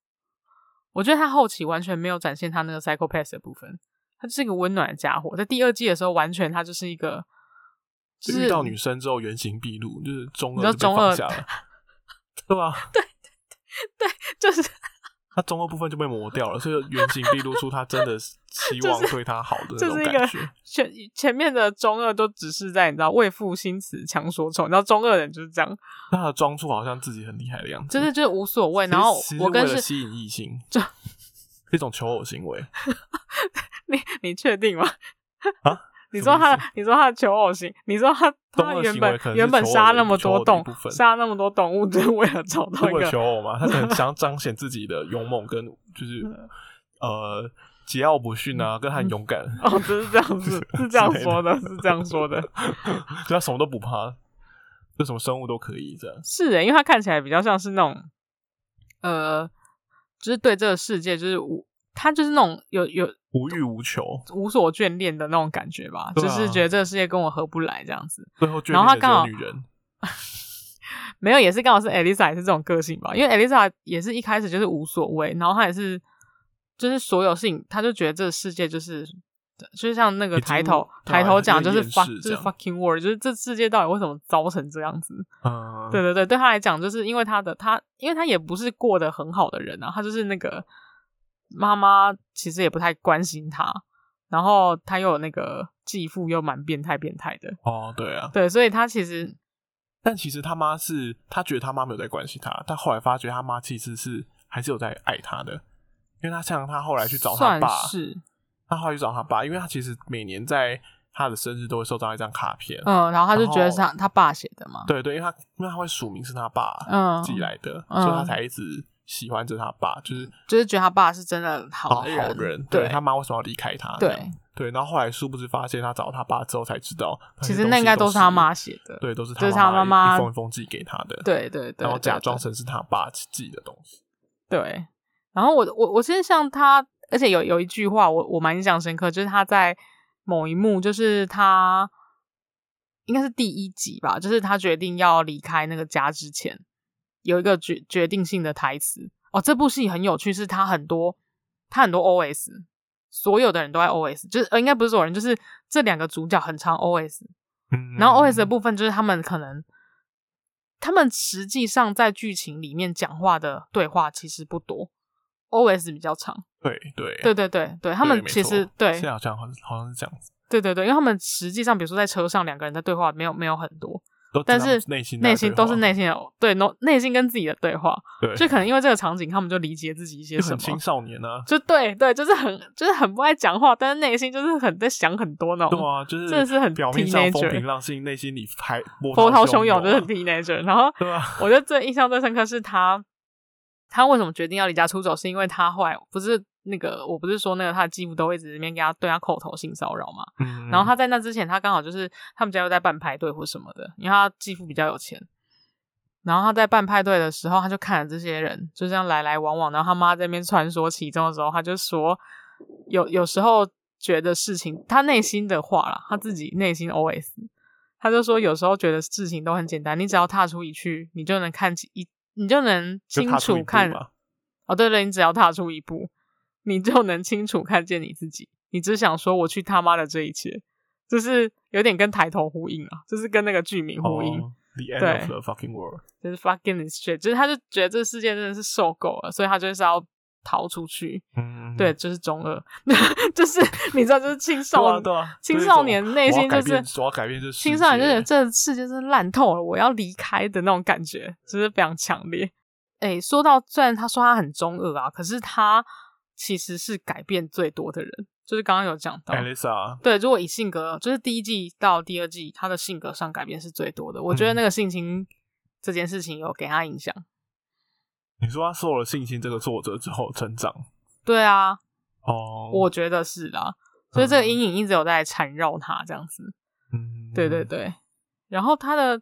A: 我觉得他后期完全没有展现他那个 psychopath 的部分，他就是一个温暖的家伙。在第二季的时候，完全他就是一个，就是
B: 遇到女生之后原形毕露，就是中
A: 你知道
B: 二就被
A: 中二
B: 放下了，对吧、
A: 就是
B: 他中二部分就被磨掉了，所以原形毕露出他真 的是希望对他好的那
A: 就
B: 种
A: 是一
B: 感
A: 个
B: 觉。
A: 前前面的中二都只是在你知道为赋新词强说愁，你知道中二人就是这样，
B: 那他装出好像自己很厉害的样子，
A: 就是就是无所谓。
B: 其实
A: 然后
B: 其实
A: 我跟
B: 为了
A: 是
B: 吸引异性，
A: 就
B: 一种求偶行为。
A: 你你确定吗？
B: 啊？
A: 你
B: 什
A: 说
B: 么意
A: 他
B: 思，
A: 你说他的求偶型，你说他
B: 中
A: 他
B: 二
A: 原
B: 行为
A: 本
B: 可能是
A: 原本
B: 求偶
A: 杀
B: 的
A: 那么
B: 求偶
A: 多
B: 的
A: 动
B: 一部分
A: 杀那么多动物， 就是为了找到
B: 是
A: 一
B: 为了
A: 个
B: 求 偶嘛？他可能想要彰显自己的勇猛跟就是
A: 嗯
B: 呃桀骜不驯啊，跟他很勇敢，
A: 哦，就是这样子，是这样说的，是这样说的，
B: 就他什么都不怕，就什么生物都可以这样。
A: 是欸的，因为他看起来比较像是那种呃，就是对这个世界就是无，他就是那种有有
B: 无欲无求，
A: 无所眷恋的那种感觉吧，
B: 对
A: 就
B: 啊
A: 是觉得这个世界跟我合不来这样子。
B: 最后眷
A: 然后他
B: 恋
A: 刚好
B: 的只有女人。
A: 没有，也是刚好是 Elisa 也是这种个性吧，因为 Elisa 也是一开始就是无所谓，然后她也是就是所有事情，她就觉得这个世界就是就像那个
B: 已经
A: 抬头
B: 对
A: 抬
B: 啊
A: 头讲就是
B: 很厌世
A: fuck 就
B: 这
A: 是
B: 样
A: fucking word，就是这世界到底为什么糟成这样子？
B: 嗯，
A: 对对对，对她来讲就是因为她的她，因为她也不是过得很好的人啊，她就是那个妈妈其实也不太关心她，然后他又有那个继父又蛮变态变态的，
B: 哦，对啊，
A: 对，所以他其实
B: 但其实他妈是他觉得他妈没有在关心他，但后来发觉他妈其实是还是有在爱他的，因为他像他后来去找他
A: 算
B: 爸，
A: 是
B: 他后来去找他爸，因为他其实每年在他的生日都会收到一张卡片，
A: 嗯，然后他就
B: 然后
A: 觉得是他他爸写的嘛，
B: 对对，因为他因为他会署名是他爸
A: 嗯
B: 寄来的，
A: 嗯
B: 所以他才一直喜欢着他爸，就是
A: 就是觉得他爸是真的好
B: 好
A: 人，
B: 人。
A: 对
B: 他妈为什么要离开他？这
A: 对
B: 样，对，然后后来殊不知发现他找他爸之后才知道，
A: 其实那应该都
B: 都
A: 是他妈，写的，
B: 对，都是他
A: 就是他妈妈
B: 一封一封寄给他的，，
A: 对对对，
B: 然后
A: 对
B: 假装
A: 对
B: 成是他爸寄的东西。
A: 对，然后我我我其实像他，而且有有一句话我我蛮印象深刻，就是他在某一幕，就是他应该是第一集吧，就是他决定要离开那个家之前，有一个决决定性的台词。哦，这部戏很有趣，是他很多他很多 OS，所有的人都在 OS，就是呃应该不是所有人，就是这两个主角很常 OS，
B: 嗯
A: 然后 OS 的部分就是他们可能，他们实际上在剧情里面讲话的对话其实不多，OS 比较长。
B: 对对
A: 对，对对对，他们
B: 对没
A: 其实
B: 错
A: 对
B: 现在好像好像好像是这样子，
A: 对对对，因为他们实际上比如说在车上两个人在对话没有没有很多，
B: 都
A: 但
B: 他们
A: 是
B: 内心
A: 内
B: 内
A: 心都是内心的对内内心跟自己的对话，
B: 对，
A: 就可能因为这个场景他们就理解自己一些
B: 就
A: 什
B: 很青
A: 么。
B: 少年啊，
A: 就对对，就是很就是很不爱讲话，但是内心就是很在想很多那种。
B: 对啊，就是
A: 哦真的是很
B: 表面上风
A: teenager
B: 平浪静，内心里还
A: 波
B: 波
A: 涛
B: 涛
A: 汹
B: 涌
A: 涌，
B: 啊，
A: 就是很 teenager。然 后
B: 对啊，
A: 我觉得最印象最深刻是他，他为什么决定要离家出走，是因为他后来不是那个，我不是说那个他的继父都一直在那边给他对他口头性骚扰嘛，
B: 嗯
A: 然后他在那之前，他刚好就是他们家又在办派对或什么的，因为他继父比较有钱。然后他在办派对的时候，他就看着这些人就这样来来往往，然后他妈在那边穿梭其中的时候，他就说有有时候觉得事情，他内心的话啦，他自己内心 OS，他就说有时候觉得事情都很简单，你只要踏出一去，你就能看清一，你就能
B: 就
A: 清
B: 踏出一
A: 楚
B: 步
A: 看
B: 嘛
A: 哦，对对，你只要踏出一步，你就能清楚看见你自己。你只想说“我去他妈的这一切”，就是有点跟抬头呼应啊，就是跟那个剧名呼应，
B: 哦 The end
A: 对
B: of the fucking world。
A: 就是 “fucking this shit”，就是他就觉得这世界真的是受够了，所以他就是要逃出去。
B: 嗯，
A: 对，就是中二， 就是你知道，就是青
B: 对
A: 少
B: 啊，
A: 年，
B: 对啊，
A: 青
B: 就是
A: 少
B: 说
A: 年内心
B: 我
A: 就
B: 要改变
A: 是
B: 我要改变这世界
A: 青少年就觉得这世界真是烂透了，我要离开的那种感觉，就是非常强烈。哎、说到虽然他说他很中二啊，可是他其实是改变最多的人，就是刚刚有讲到。
B: Elisa，
A: 对，如果以性格，就是第一季到第二季，他的性格上改变是最多的。我觉得
B: 嗯
A: 那个性侵这件事情有给他影响。
B: 你说他受了性侵这个挫折之后成长
A: 对啊，
B: 哦，
A: 我觉得是啦，所以这个阴影一直有在缠绕他这样子。
B: 嗯
A: 对对，对，然后他的，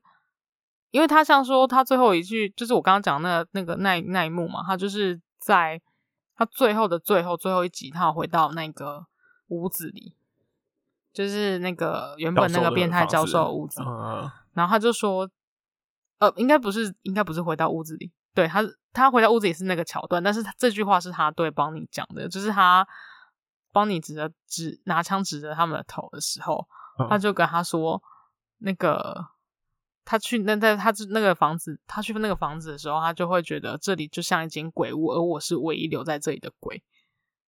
A: 因为他像说他最后一句，就是我刚刚讲的那那个那那一幕嘛，他就是在他最后的最后最后一集，他有回到那个屋子里，就是那个原
B: 教
A: 本
B: 授
A: 那个
B: 的
A: 变态
B: 房
A: 教
B: 子
A: 授的屋子，
B: 嗯，
A: 然后他就说，呃，应该不是，应该不是回到屋子里，对他，他回到屋子里是那个桥段，但是他这句话是他对邦尼讲的，就是他邦尼指着指拿枪指着他们的头的时候，
B: 嗯
A: 他就跟他说，那个他去那在他那个房子，他去那个房子的时候，他就会觉得这里就像一间鬼屋，而我是唯一留在这里的鬼。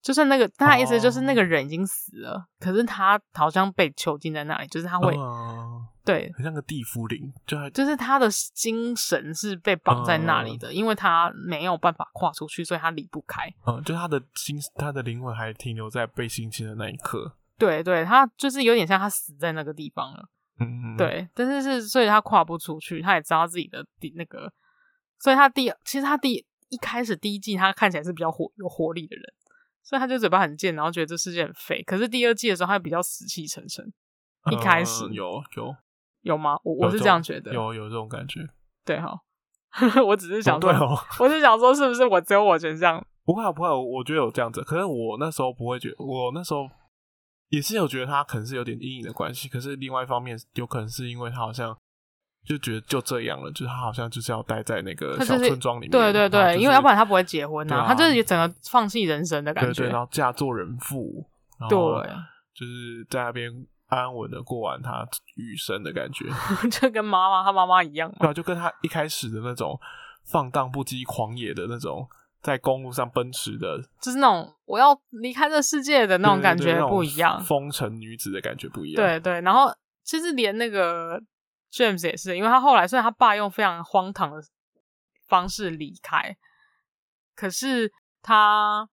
A: 就是那个，他的意思就是
B: 哦
A: 那个人已经死了，可是他好像被囚禁在那里，就是他会、
B: 嗯
A: 对
B: 很像个地茯苓，就还
A: 就是他的精神是被绑在那里的，因为他没有办法跨出去，所以他离不开。
B: 嗯，就他的心，他的灵魂还停留在被性侵的那一刻，
A: 对对，他就是有点像他死在那个地方了。
B: 嗯，，
A: 对，但是是所以他跨不出去，他也知道自己的第那个，所以他第其实他第一开始第一季他看起来是比较活有活力的人，所以他就嘴巴很贱，然后觉得这世界很废。可是第二季的时候，他比较死气沉沉，一开始
B: 嗯有有，
A: 有吗？我
B: 有
A: 我是
B: 种
A: 这样觉得，
B: 有有这种感觉，
A: 对哈。 我只是
B: 哦
A: 想说，
B: 对哦，
A: 我是想说，是不是我只有我觉得这样？
B: 不会啊，不会啊，我我觉得有这样子，可是我那时候不会觉我那时候也是有觉得他可能是有点阴影的关系，可是另外一方面有可能是因为他好像就觉得就这样了，就是他好像就是要待在那个
A: 他就
B: 小
A: 是
B: 村庄里面，
A: 对对
B: 然后
A: 对，
B: 就是
A: 因为要不然他不会结婚
B: 对啊
A: 他就是整个放弃人生的感
B: 对
A: 觉
B: 对，。然后嫁做人妇，然后
A: 对，
B: 就是在那边安稳的过完他余生的感觉，
A: 就跟
B: 啊
A: 妈妈他妈妈一样嘛。
B: 对啊，就跟他一开始的那种放荡不羁、狂野的那种在公路上奔驰的
A: 就是那种我要离开这世界的那种
B: 对对
A: 感
B: 对
A: 觉
B: 那种
A: 不一样。
B: 风尘女子的感觉不一样。
A: 对对，然后其实连那个 James 也是，因为他后来虽然他爸用非常荒唐的方式离开，可是他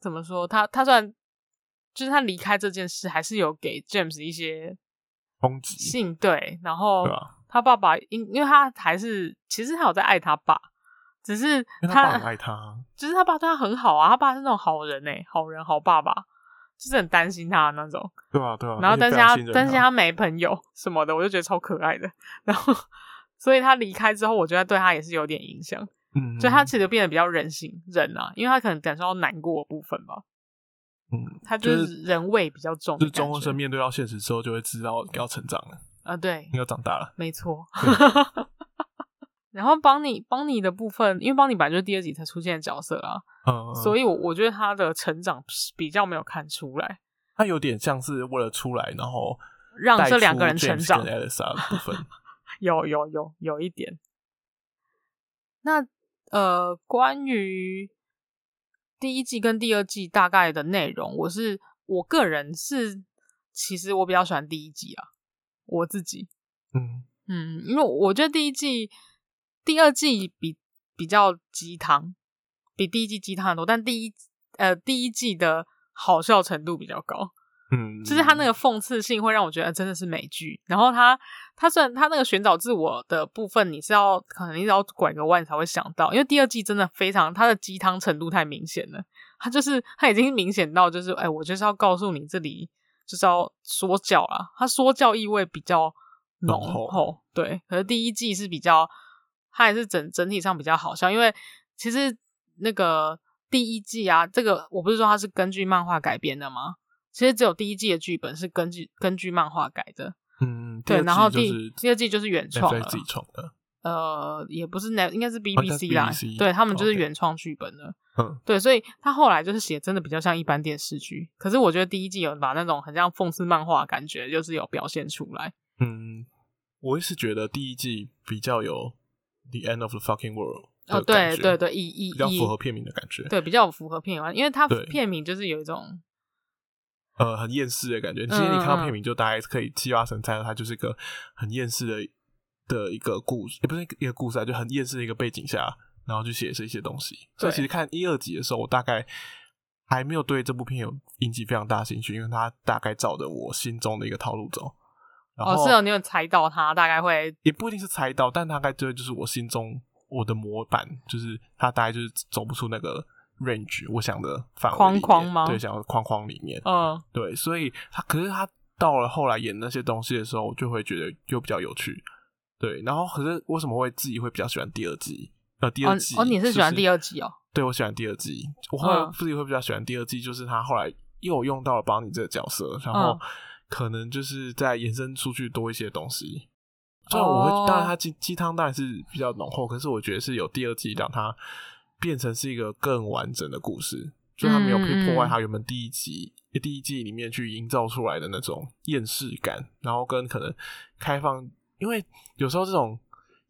A: 怎么说？他他虽然就是他离开这件事，还是有给 James 一些
B: 攻击，
A: 信对，然后
B: 对啊吧？
A: 他爸爸因因为他还是其实他有在爱他爸，只是
B: 因为他爸很爱他，
A: 只是他爸对他很好啊，他爸是那种好人哎、好人好爸爸，就是很担心他的那种。
B: 对吧？对吧？
A: 然后
B: 而且
A: 但是
B: 哦非常
A: 他
B: 信任
A: 但是他没朋友什么的，我就觉得超可爱的。然后，所以他离开之后，我觉得对他也是有点影响，
B: 嗯，
A: 所以他其实变得比较人性人啊，因为他可能感受到难过的部分吧，
B: 嗯，
A: 他就
B: 就是
A: 人味比较重
B: 就
A: 的
B: 是
A: 感觉。
B: 中国生面对到现实之后，就会知道要成长了，
A: 啊，对，
B: 要长大了。
A: 没错。 然后邦尼邦尼的部分，因为邦尼本来就是第二集才出现的角色啦，
B: 嗯，
A: 所
B: 以
A: 以我我觉得他的成长是比较没有看出来，
B: 他有点像是为了出来，然后
A: 让
B: 带
A: 这两
B: 出
A: 个人成
B: James
A: 长
B: 跟 Elsa 的部分。
A: 有有有有一点。那呃，关于第一季跟第二季大概的内容，我是我个人是，其实我比较喜欢第一季啊，我自己，
B: 嗯，
A: 嗯，因为我觉得第一季、第二季比比较鸡汤，比第一季鸡汤很多，但第一呃第一季的好笑程度比较高。
B: 嗯，
A: 就是他那个讽刺性会让我觉得、呃真的是美剧。然后他他虽然他那个寻找自我的部分，你是要可能你要拐个弯才会想到，因为第二季真的非常他的鸡汤程度太明显了，他就是他已经明显到就是哎、我就是要告诉你这里就是要说教啦，他说教意味比较浓
B: 浓厚
A: 厚，对。可是第一季是比较，它还是整整体上比较好笑，因为其实那个第一季啊，这个我不是说它是根据漫画改编的吗？其实只有第一季的剧本是根据根据漫画改的，
B: 嗯，
A: 对，然后
B: 第
A: 第、
B: 二季就
A: 第二季就
B: 是
A: 是原创
B: Netflix
A: 了
B: 自，己创的，
A: 呃，也不是那应该是
B: 应该是
A: BBC 啦，
B: BBC
A: 对他们就是
B: OK
A: 原创剧本的，
B: 嗯，
A: 对，所以他后来就是写真的比较像一般电视剧，可是我觉得第一季有把那种很像讽刺漫画的感觉，就是有表现出来，
B: 嗯，我也是觉得第一季比较有 The End of the Fucking World
A: 哦，
B: 的感
A: 对
B: 觉
A: 对，对，以以
B: 比较
A: 以
B: 符合片名的感觉，
A: 对，比较符合片名，因为它
B: 对
A: 片名就是有一种
B: 呃，很厌世的感觉。其实你
A: 嗯
B: 看到片名就大概可以七八成猜到它就是一个很厌世的的一个故事，也不是一个故事啊，就很厌世的一个背景下，然后去写这些东西。所以
A: 对
B: 其实看一二集的时候，我大概还没有对这部片有引起非常大的兴趣，因为它大概照着我心中的一个套路走。然后
A: 哦，是哦，你有猜到它大概会
B: 也不一定是猜到，但大概这就是我心中我的模板，就是他大概就是走不出那个 range 我想的范围里
A: 框
B: 面
A: 框吗
B: 对，想要框框里面。
A: 嗯
B: 对，所以他可是他到了后来演那些东西的时候，我就会觉得又比较有趣。对，然后可是为什么会自己会比较喜欢第二季？呃，第
A: 哦
B: 二季
A: 哦，你是喜欢
B: 就
A: 第二季哦，
B: 对，我喜欢第二季。我后来
A: 嗯
B: 自己会比较喜欢第二季，就是他后来又用到了邦尼这个角色，然后
A: 嗯
B: 可能就是在延伸出去多一些东西。所以我会，
A: 哦
B: 当然他鸡鸡汤当然是比较浓厚，可是我觉得是有第二季让它变成是一个更完整的故事，就他没有
A: 嗯嗯
B: 去
A: 嗯
B: 破坏他原本第一集、第一季里面去营造出来的那种厌世感，然后跟可能开放，因为有时候这种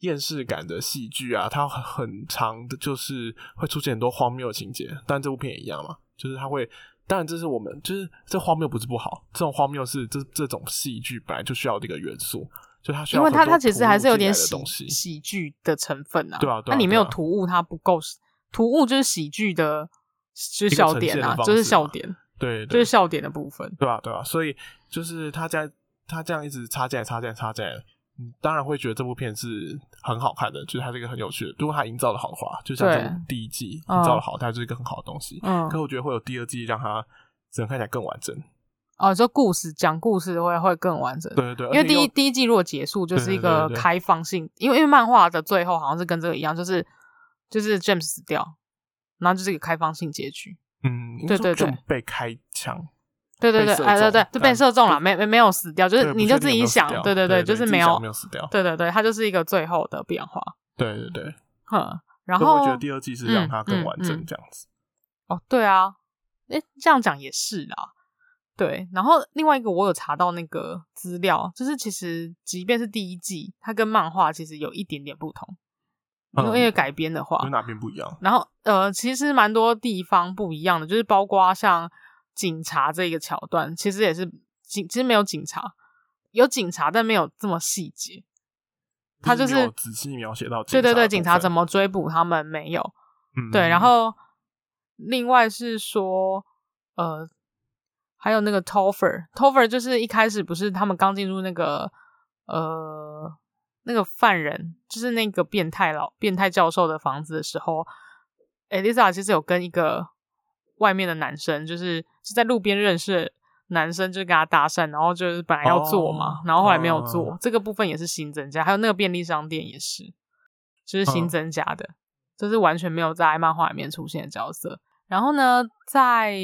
B: 厌世感的戏剧啊，它很很长的，就是会出现很多荒谬的情节，但这部片也一样嘛，就是它会。当然，这是我们就是这荒谬不是不好，这种荒谬是这这种戏剧本来就需要的一个元素，就它需
A: 因
B: 要
A: 为它
B: 很多
A: 它其实还是有点
B: 突
A: 喜
B: 入进来的东西，
A: 喜剧的成分啊，
B: 对啊对
A: 那
B: 啊
A: 你没有
B: 对啊
A: 突兀，它不够突兀就是喜剧的，就是
B: 个
A: 笑
B: 呈
A: 点
B: 现的
A: 啊，
B: 方
A: 就是
B: 式
A: 笑
B: 嘛
A: 点，
B: 对，
A: 就
B: 对
A: 是笑点的部分，
B: 对吧、啊对吧、所以就是他这样，他这样一直插进来、插进来、插进来，你当然会觉得这部片是很好看的，就是它是一个很有趣的。如果它营造的好的话，就像
A: 对
B: 这部第一季
A: 嗯
B: 营造的好，它就是一个很好的东西。
A: 嗯，
B: 可我觉得会有第二季，让它整个看起来更完整。
A: 哦，就故事讲故事会会更完整，
B: 对对对，
A: 因为
B: 而且
A: 第一
B: 又
A: 第一季如果结束，就是一
B: 对对
A: 个
B: 对对
A: 开放性，因为因为漫画的最后好像是跟这个一样，就是就是 James 死掉，然后就是一个开放性结局。
B: 嗯，应
A: 对
B: 该说
A: 对对
B: 就被开枪，
A: 对对对
B: 被，射
A: 哎对对，
B: 中
A: 就被
B: 但
A: 射中了，没没没有死掉，就是
B: 对
A: 你
B: 不
A: 就
B: 确
A: 自
B: 定有没
A: 己
B: 有死
A: 想，
B: 掉
A: 对
B: 对
A: 对，
B: 对，
A: 就是
B: 自己
A: 没
B: 想
A: 有
B: 没，有死掉。
A: 对对对，它就是一个最后的变化。
B: 对对对，
A: 哼，然
B: 所以我觉
A: 后
B: 得第二季是让它更完
A: 嗯嗯
B: 整这样子。
A: 哦，对啊，诶，这样讲也是啦。对，然后另外一个我有查到那个资料，就是其实即便是第一季，它跟漫画其实有一点点不同。因为
B: 嗯
A: 改编的话，
B: 有哪边不一样？
A: 然后呃，其实蛮多地方不一样的，就是包括像警察这个桥段，其实也是警，其实没有警察，有警察但没有这么细节。他就是
B: 没有仔细描写到
A: 对对对，警察
B: 么？
A: 怎么追捕他们没有？
B: 嗯
A: 对，然后另外是说，呃，还有那个 Toffer，Toffer 就是一开始不是他们刚进入那个呃那个犯人，就是那个变态老变态教授的房子的时候，Elisa 其实有跟一个外面的男生，就是是在路边认识的男生，就跟他搭讪，然后就是本来要做嘛，
B: 哦
A: 然后后来没有做，
B: 嗯
A: 这个部分也是新增加，还有那个便利商店也是，就是新
B: 嗯
A: 增加的。这是完全没有在漫画里面出现的角色。然后呢，在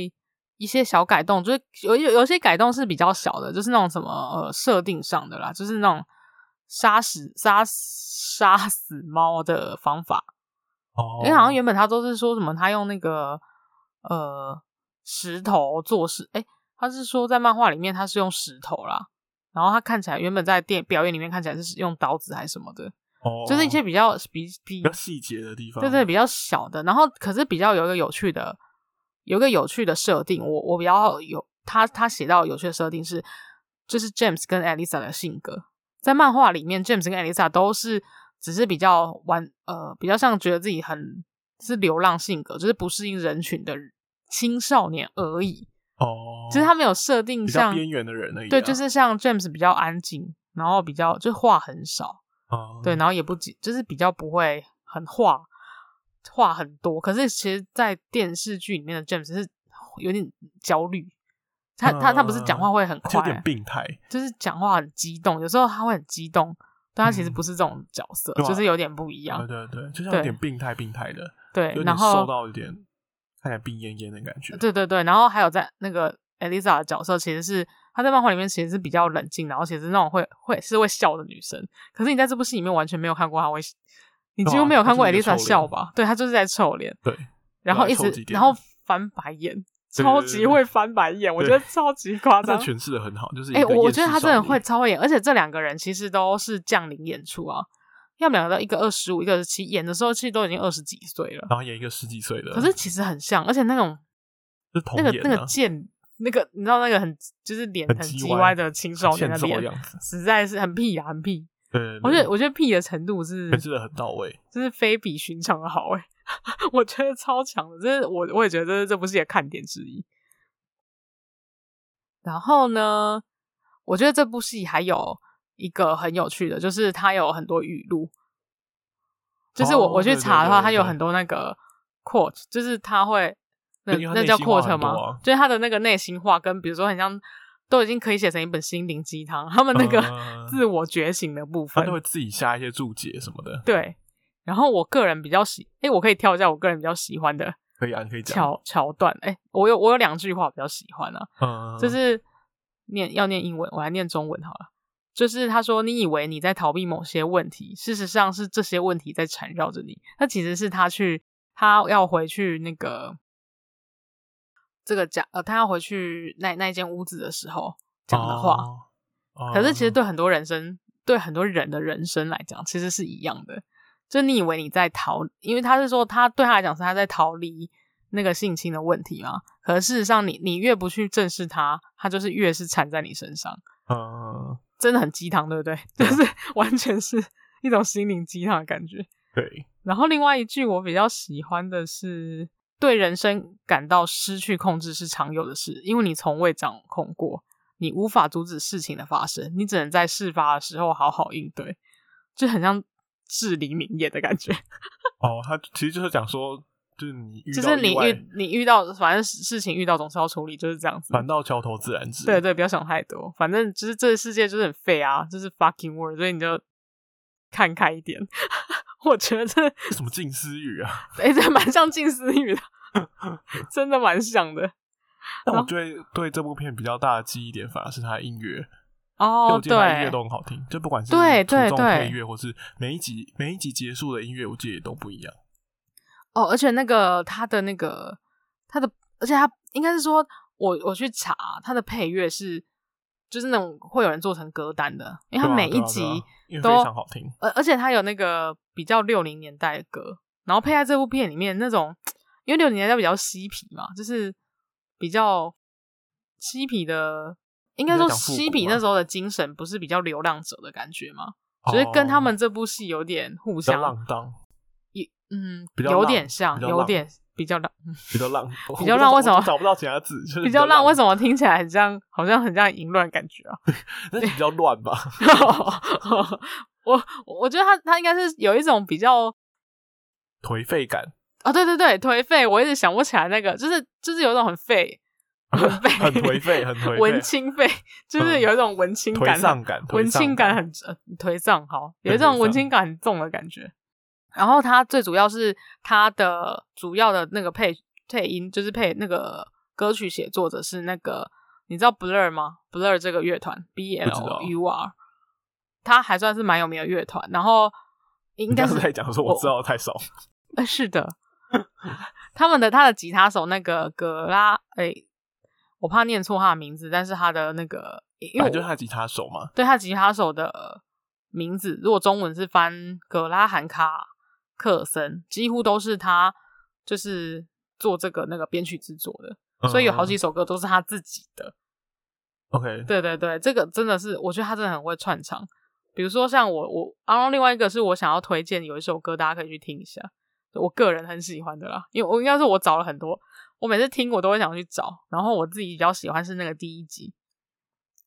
A: 一些小改动，就是有有有些改动是比较小的，就是那种什么呃设定上的啦，就是那种杀死杀杀死猫的方法，
B: 哦，
A: 因为好像原本他都是说什么，他用那个呃石头做事，诶、他是说在漫画里面他是用石头啦，然后他看起来原本在电表演里面看起来是用刀子还是什么的，
B: 哦
A: 就是一些比较比比
B: 比较细节的地方，
A: 对对，比较小的。然后可是比较有一个有趣的，有一个有趣的设定，我我比较有他他写到有趣的设定是，就是 James 跟 Elisa 的性格，在漫画里面，James 跟 Elisa 都是只是比较玩呃比较像觉得自己很是流浪性格，就是不适应人群的青少年而已。
B: 哦，
A: 就是他没有设定
B: 比较
A: 像
B: 边缘的人而已啊，
A: 对，就是像 James 比较安静，然后比较就话很少，
B: 嗯
A: 对，然后也不急就是比较不会很话话很多。可是其实，在电视剧里面的 James 是有点焦虑，他
B: 嗯
A: 他他不是讲话会很
B: 而且有
A: 快
B: 点
A: 啊，
B: 病态，
A: 就是讲话很激动，有时候他会很激动，但他其实
B: 嗯
A: 不是这种角色，
B: 对啊
A: 就是有点不一样
B: 对。对对，就像有
A: 对
B: 点病态病态的，
A: 对
B: 有，
A: 然
B: 点受
A: 后
B: 到有点看起来病恹恹的感觉，
A: 对对对，然后还有在那个 Elisa 的角色，其实是她在漫画里面其实是比较冷静，然后其实是那种会会是会笑的女生。可是你在这部戏里面完全没有看过她会，你
B: 对啊
A: 几乎没有看过
B: 她就是一个
A: Elisa
B: 臭脸
A: 笑吧？对，她就是在臭脸。
B: 对，
A: 然后
B: 来
A: 一
B: 凑
A: 直
B: 几，点
A: 然后翻白眼，
B: 对
A: 超
B: 对对
A: 级
B: 对
A: 会翻白眼，我觉得超级夸
B: 他
A: 张
B: 真的。诠释的很好，就是
A: 哎、
B: 哎，
A: 我我觉得他真的会，超会演，而且这两个人其实都是降临演出啊，要么两个都一个二十五，一个二十七，演的时候其实都已经二十几岁了，
B: 然后演一个十几岁的，
A: 可是其实很像，而且那种
B: 就是童
A: 那个
B: 颜
A: 那
B: 啊
A: 个贱，那个你知道那个很就是脸
B: 很
A: 很
B: 叽
A: 叽
B: 歪
A: 歪的青少年
B: 欠
A: 的
B: 揍的
A: 脸，
B: 样子，
A: 实在是很屁啊，很屁。
B: 对对，对
A: 我觉得我觉得屁的程度是
B: 诠释的很到位，
A: 就是非比寻常的好哎、 我觉得超强的，这是我我也觉得这是这部戏的看点之一。然后呢，我觉得这部戏还有一个很有趣的，就是它有很多语录，就是我、
B: 哦
A: 我去查的话，
B: 对对对对
A: 它有很多那个 quote，就是它会那
B: 对因为它
A: 那叫
B: 内心话
A: quote
B: 很多
A: 吗？
B: 啊
A: 就是它的那个内心话，跟比如说很像都已经可以写成一本心灵鸡汤，他们 那个
B: 嗯
A: 自我觉醒的部
B: 他
A: 分，
B: 都会自己下一些注解什么的，
A: 对，然后我个人比较喜，诶，我可以挑一下我个人比较喜欢的
B: 可以啊，你可以讲，
A: 桥桥段。诶，我有我有两句话比较喜欢啊，
B: 嗯，
A: 就是念要念英文，我来念中文好了。就是他说，你以为你在逃避某些问题，事实上是这些问题在缠绕着你。那其实是他去，他要回去那个这个家，呃，他要回去那那一间屋子的时候讲的话。
B: 哦，哦
A: 可是其实对很多人生，对很多人的人生来讲，其实是一样的。就你以为你在逃，因为他是说他对他来讲是他在逃离那个性侵的问题嘛。可是事实上你，你越不去正视他，他就是越是缠在你身上，
B: 嗯，
A: 真的很鸡汤，对不对？就是完全是一种心灵鸡汤的感觉。
B: 对，
A: 然后另外一句我比较喜欢的是，对人生感到失去控制是常有的事，因为你从未掌控过，你无法阻止事情的发生，你只能在事发的时候好好应对，就很像至理名言的感觉。
B: 哦，他其实就是讲说，就是你遇
A: 就是
B: 到
A: 你
B: 意外
A: 遇你遇到，反正事情遇到总是要处理，就是这样子。
B: 反倒桥头自然直，
A: 对对，不要想太多，反正就是这个世界就是很废啊，就是 fucking world，所以你就看开一点。 我觉得
B: 这什么近思 语啊？
A: 哎、这蛮像近思语的， 真的蛮像 的。
B: 但我觉得对这部片比较大的记忆点，反而是它的音乐，因为
A: 哦
B: 我，记得它音乐
A: 对，
B: 都很好听，就不管是
A: 对对
B: 从中
A: 对
B: 配乐，或是每一集每一集结束的音乐，我记得也都不一样。
A: 哦，而且那个他的那个他的，而且他应该是说，我我去查他的配乐是就是那种会有人做成歌单的，因
B: 对
A: 为它
B: 啊
A: 每
B: 对
A: 一
B: 啊
A: 集
B: 对啊因为
A: 都
B: 非常好听，
A: 而而且它有那个比较六零年代的歌，然后配在这部片里面那种，因为六零年代比较嬉皮嘛，就是比较嬉皮的，应该说
B: 你在讲复古
A: 嬉皮
B: 吗
A: 那时候的精神不是比较流浪者的感觉吗？只是跟他们
B: 哦
A: 这部戏有点互
B: 比较
A: 相，
B: 浪荡，
A: 也嗯，
B: 比较
A: 有
B: 浪
A: 点像，
B: 比较
A: 有
B: 浪
A: 点比较浪，
B: 比较浪，
A: 比较浪
B: 我
A: 为什么
B: 我找不到其他字？就是
A: 比较浪，为什
B: 么？
A: 么听起来很像，好像很像淫乱感觉啊？
B: 那比较乱吧？
A: 我我觉得他他应该是有一种比较
B: 颓废感，
A: 啊，对对对，颓废，我一直想不起来那个，就是就是有一种很废，很废，
B: 很颓废，很颓废，嗯
A: 文青废，就是有一种文青感
B: 颓，丧感，
A: 文
B: 颓丧
A: 青感很呃颓丧，好，有一种
B: 很颓
A: 文青感很重的感觉。然后他最主要是他的主要的那个配配音，就是配那个歌曲写作者是那个你知道 Blur 吗？Blur 这个乐团 B
B: 不知道
A: L U R，他还算是蛮有名的乐团。然后应
B: 你
A: 该
B: 刚
A: 是
B: 才在讲说我知道的太少，
A: 呃，是的， 他们的他的吉他手那个格拉，哎、我怕念错他的名字，但是他的那个，因
B: 因
A: 为
B: 就是
A: 我
B: 他吉他手嘛，
A: 对他吉他手的名字，如果中文是翻格拉韩卡克森，几乎都是他就是做这个那个编曲制作的，所以有好几
B: 嗯
A: 首歌都是他自己的。
B: OK，
A: 对对对，这个真的是，我觉得他真的很会串场。比如说像我我，然后另外一个是我想要推荐有一首歌，大家可以去听一下，我个人很喜欢的啦，因为我应该是我找了很多，我每次听我都会想去找，然后我自己比较喜欢是那个第一集，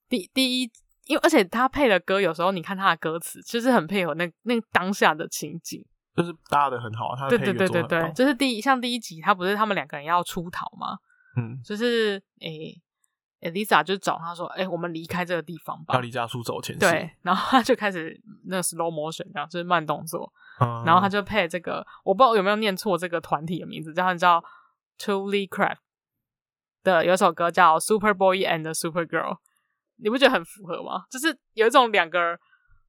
A: 第第一，因为而且他配的歌有时候你看他的歌词，就是很配合那那当下的情景，
B: 就是搭的很好，他的
A: 对对对
B: 配乐
A: 对
B: 做得很
A: 对，
B: 棒
A: 就是第一像第一集他不是他们两个人要出逃吗？
B: 嗯，
A: 就是诶、欸、，Lisa 就找他说，诶、我们离开这个地方吧
B: 要，离家出走前夕，
A: 对，然后他就开始那个 slow motion 这样，就是慢动作，
B: 嗯，
A: 然后他就配这个，我不知道有没有念错这个团体的名字，叫他们叫 t u l y Crab 的有一首歌叫 Super Boy and the Super Girl，你不觉得很符合吗？就是有一种两个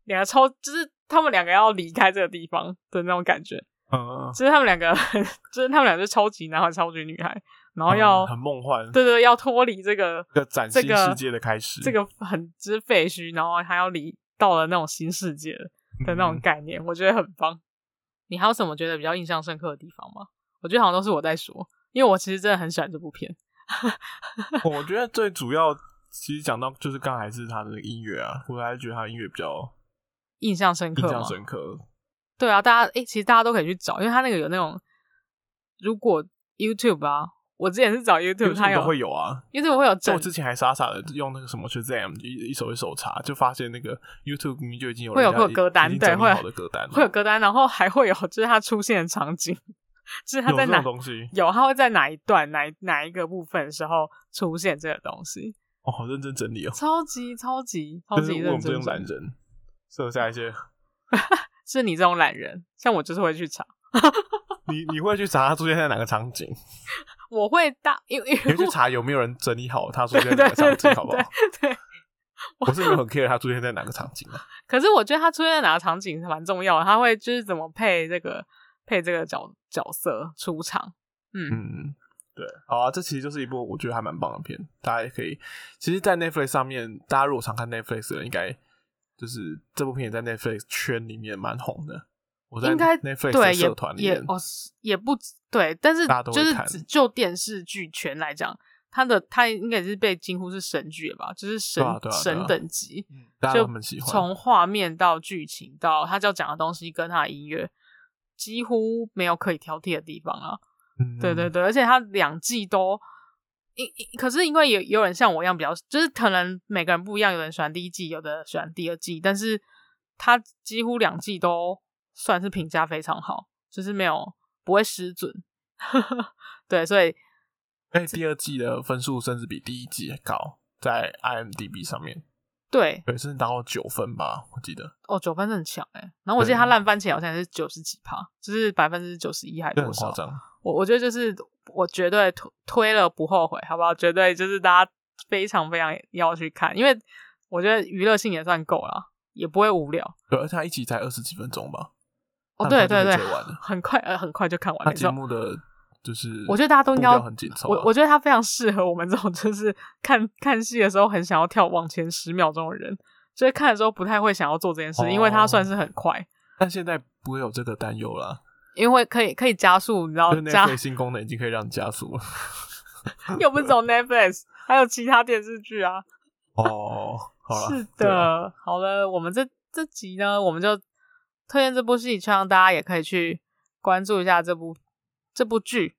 A: 两个抽，就是他们两个要离开这个地方的那种感觉，
B: 嗯，
A: 就是他们两个， 就是他们俩是超级男孩、超级女孩，然后要、
B: 嗯很梦幻，
A: 对对，要脱离这个
B: 一个崭新世界的开始，
A: 这个很就是废墟，然后还要离到了那种新世界的那种
B: 嗯
A: 概念，我觉得很棒。你还有什么觉得比较印象深刻的地方吗？我觉得好像都是我在说，因为我其实真的很喜欢这部片。
B: 嗯我觉得最主要，其实讲到就是刚才是他的音乐啊，我还是觉得他的音乐比较
A: 印象深刻
B: 印
A: 吗？
B: 象深刻。
A: 对啊，大家诶、其实大家都可以去找，因为他那个有那种，如果 YouTube 啊，我之前是找 YouTube，它
B: YouTube
A: 有
B: 都会有啊，
A: YouTube 会有
B: 像
A: 整
B: 我之前还傻傻的用那个什么去 Zam 一一首一首查，就发现那个 YouTube 明明就已经有
A: 会有
B: 人家
A: 会有歌单
B: 已经
A: 对
B: 整理
A: 会有
B: 好的歌单 了，
A: 会有歌单，然后还会有就是它出现的场景， 就是它
B: 有
A: 在
B: 这
A: 哪
B: 种东西，
A: 有它会在哪一段哪一哪一个部分的时候出现这个东西。
B: 哦，好认真整理哦，
A: 超级超级超
B: 就是
A: 级
B: 我
A: 认
B: 们这
A: 真
B: 种懒
A: 准，
B: 人剩下一些，
A: 是你这种懒人，像我就是会去查，
B: 你你会去查它出现在哪个场景，
A: 我会大， 因为
B: 你
A: 因
B: 会去
A: 为
B: 查有没有人整理好它出
A: 对对
B: 现在哪个
A: 对对
B: 场景，好不好？
A: 对。
B: 我是没有很 care 它出现在哪个场景啊，
A: 可是我觉得他出现在哪个场景是蛮重要的，他会就是怎么配这个配这个角角色出场，嗯，
B: 嗯，对，好啊，这其实就是一部我觉得还蛮棒的片，大家也可以。其实，在 Netflix 上面，大家如果常看 Netflix 的人，应该就是这部片也在 Netflix 圈里面蛮红的。我在
A: 应该
B: Netflix
A: 对
B: 的
A: 也
B: 社团里
A: 也
B: 面，
A: 哦是也不止对，但是
B: 大家都会
A: 就是
B: 看
A: 只就电视剧圈来讲，他的他应该也是被惊呼是神剧了吧，就是神、
B: 对啊对啊对啊
A: 神等级，
B: 嗯大家
A: 就
B: 都很喜欢。
A: 从画面到剧情到他要讲的东西跟他的音乐，几乎没有可以挑剔的地方啊。
B: 嗯
A: 对对，对，而且他两季都，因因可是因为有有人像我一样比较，就是可能每个人不一样，有人喜欢第一季，有的喜欢第二季，但是他几乎两季都算是评价非常好，就是没有不会失准。 对，所以
B: 哎，第二季的分数甚至比第一季还高，在 IMDB 上面，
A: 对
B: 对，甚至达到九分吧，我记得，
A: 哦，九分是很强哎、然后我记得
B: 对
A: 他烂番茄好像也是九十几趴，就是百分之九十一还
B: 这很
A: 多
B: 夸
A: 少？啊
B: 张。
A: 我我觉得就是我绝对推推了不后悔，好不好？绝对就是大家非常非常要去看，因为我觉得娱乐性也算够了，也不会无聊。
B: 对，而且它一集才二十几分钟吧，
A: 哦，
B: 那
A: 对
B: 很快
A: 对
B: 就
A: 对
B: 追完了，
A: 很快呃很快就看完
B: 它
A: 了。
B: 节
A: 没错
B: 目的就是
A: 我觉得大家都应该要
B: 步调很紧凑啊、
A: 我我觉得他非常适合我们这种就是看看戏的时候很想要跳往前十秒钟的人，就是看的时候不太会想要做这件事，因为它
B: 哦
A: 算是很快，
B: 但现在不会有这个担忧啦，
A: 因为可以可以加速，你知道
B: 因为
A: 哦加
B: Netflix 新功能已经可以让你加 速了。
A: 又不是走 Netflix，还有其他电视剧啊。
B: 哦，好了，
A: 是
B: 对啊，
A: 的，好了，我们这这集呢，我们就推荐这部戏，希望大家也可以去关注一下这部这部剧。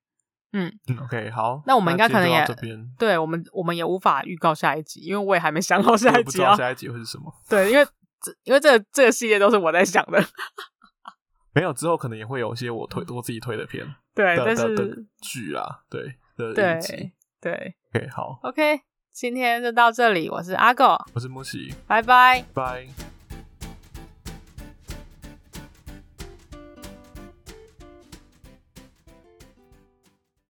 A: 嗯，
B: 嗯，OK，好，
A: 那我们应该
B: 今天
A: 可能
B: 就到
A: 也
B: 这边，
A: 对我们我们也无法预告下一集，因为我也还没想到
B: 我
A: 下
B: 也
A: 一
B: 不
A: 集
B: 知道
A: 啊。
B: 下一集会是什么，
A: 对，因为这因为这个这个系列都是我在想的。
B: 没有之后可能也会有一些我推我自己推的片，
A: 对，
B: 的
A: 哎但
B: 的的
A: 是
B: 剧啊，对的影集
A: 对对
B: ，OK，好，
A: ，OK，今天就到这里，我是阿狗，
B: 我是木喜，
A: 拜拜。
B: 拜。